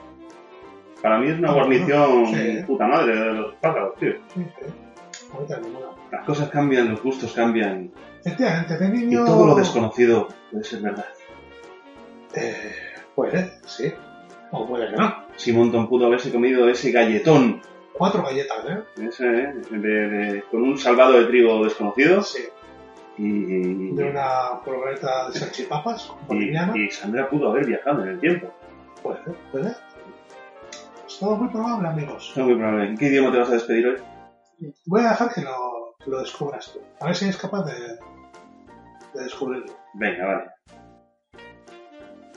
Speaker 3: para mí es una
Speaker 4: Ah,
Speaker 3: guarnición
Speaker 4: sí.
Speaker 3: puta madre de los espárragos, tío.
Speaker 4: Sí, sí. Ahorita ninguna.
Speaker 3: Las cosas cambian, los gustos cambian.
Speaker 4: Efectivamente, Este de
Speaker 3: Y
Speaker 4: niño.
Speaker 3: todo lo desconocido puede ser verdad.
Speaker 4: Eh, puede, sí. O puede que no.
Speaker 3: Si Monton pudo haberse comido ese galletón,
Speaker 4: Cuatro galletas, ¿eh?
Speaker 3: ese, ¿eh? de- de- con un salvado de trigo desconocido,
Speaker 4: Sí.
Speaker 3: Y,
Speaker 4: De una furgoneta de salchipapas boliviana.
Speaker 3: y, y Sandra pudo haber viajado en el tiempo.
Speaker 4: Puede, puede. Es todo muy probable, amigos.
Speaker 3: No, muy probable. ¿En qué idioma te vas a despedir hoy?
Speaker 4: Voy a dejar que lo, que lo descubras tú. A ver si eres capaz de, de descubrirlo.
Speaker 3: Venga, vale.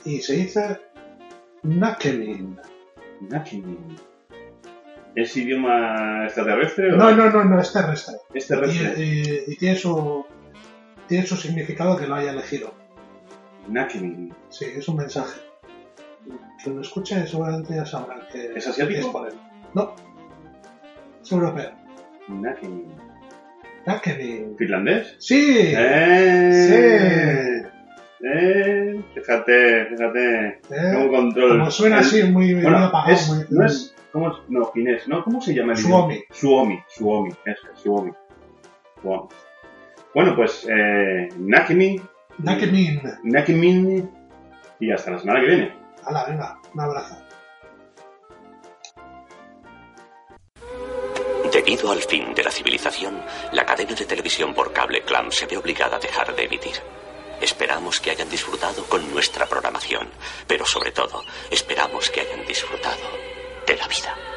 Speaker 4: Y se dice Nakenin.
Speaker 3: Nakin. ¿Es idioma extraterrestre o
Speaker 4: No, no, no, este no, es terrestre.
Speaker 3: es
Speaker 4: Y,
Speaker 3: terrestre?
Speaker 4: y- y tiene su tiene su significado que lo haya elegido.
Speaker 3: Nakin.
Speaker 4: Sí, es un mensaje. Quien lo escuche seguramente ya sabrá que
Speaker 3: ¿Es asiático?
Speaker 4: es por él. No. Es europeo.
Speaker 3: Nakin.
Speaker 4: Nakenin.
Speaker 3: ¿Finlandés?
Speaker 4: Sí.
Speaker 3: ¡Eh!
Speaker 4: Sí.
Speaker 3: ¡Eh! Fíjate, fíjate.
Speaker 4: ¿Eh?
Speaker 3: ¿Cómo control?
Speaker 4: Como suena
Speaker 3: El-
Speaker 4: así, muy, muy
Speaker 3: Bueno,
Speaker 4: apagado.
Speaker 3: es-
Speaker 4: muy,
Speaker 3: no es... ¿Cómo es? No, finés, ¿no? ¿Cómo se llama el idioma?
Speaker 4: Suomi.
Speaker 3: Suomi, Suomi, eso, Suomi. Suomi. Bueno, pues eh, Nakimin,
Speaker 4: Nakenin.
Speaker 3: Nakimin y hasta la semana que viene.
Speaker 4: Hala, venga, un abrazo.
Speaker 5: Debido al fin de la civilización, la cadena de televisión por cable Clam se ve obligada a dejar de emitir. Esperamos que hayan disfrutado con nuestra programación, pero sobre todo, esperamos que hayan disfrutado de la vida.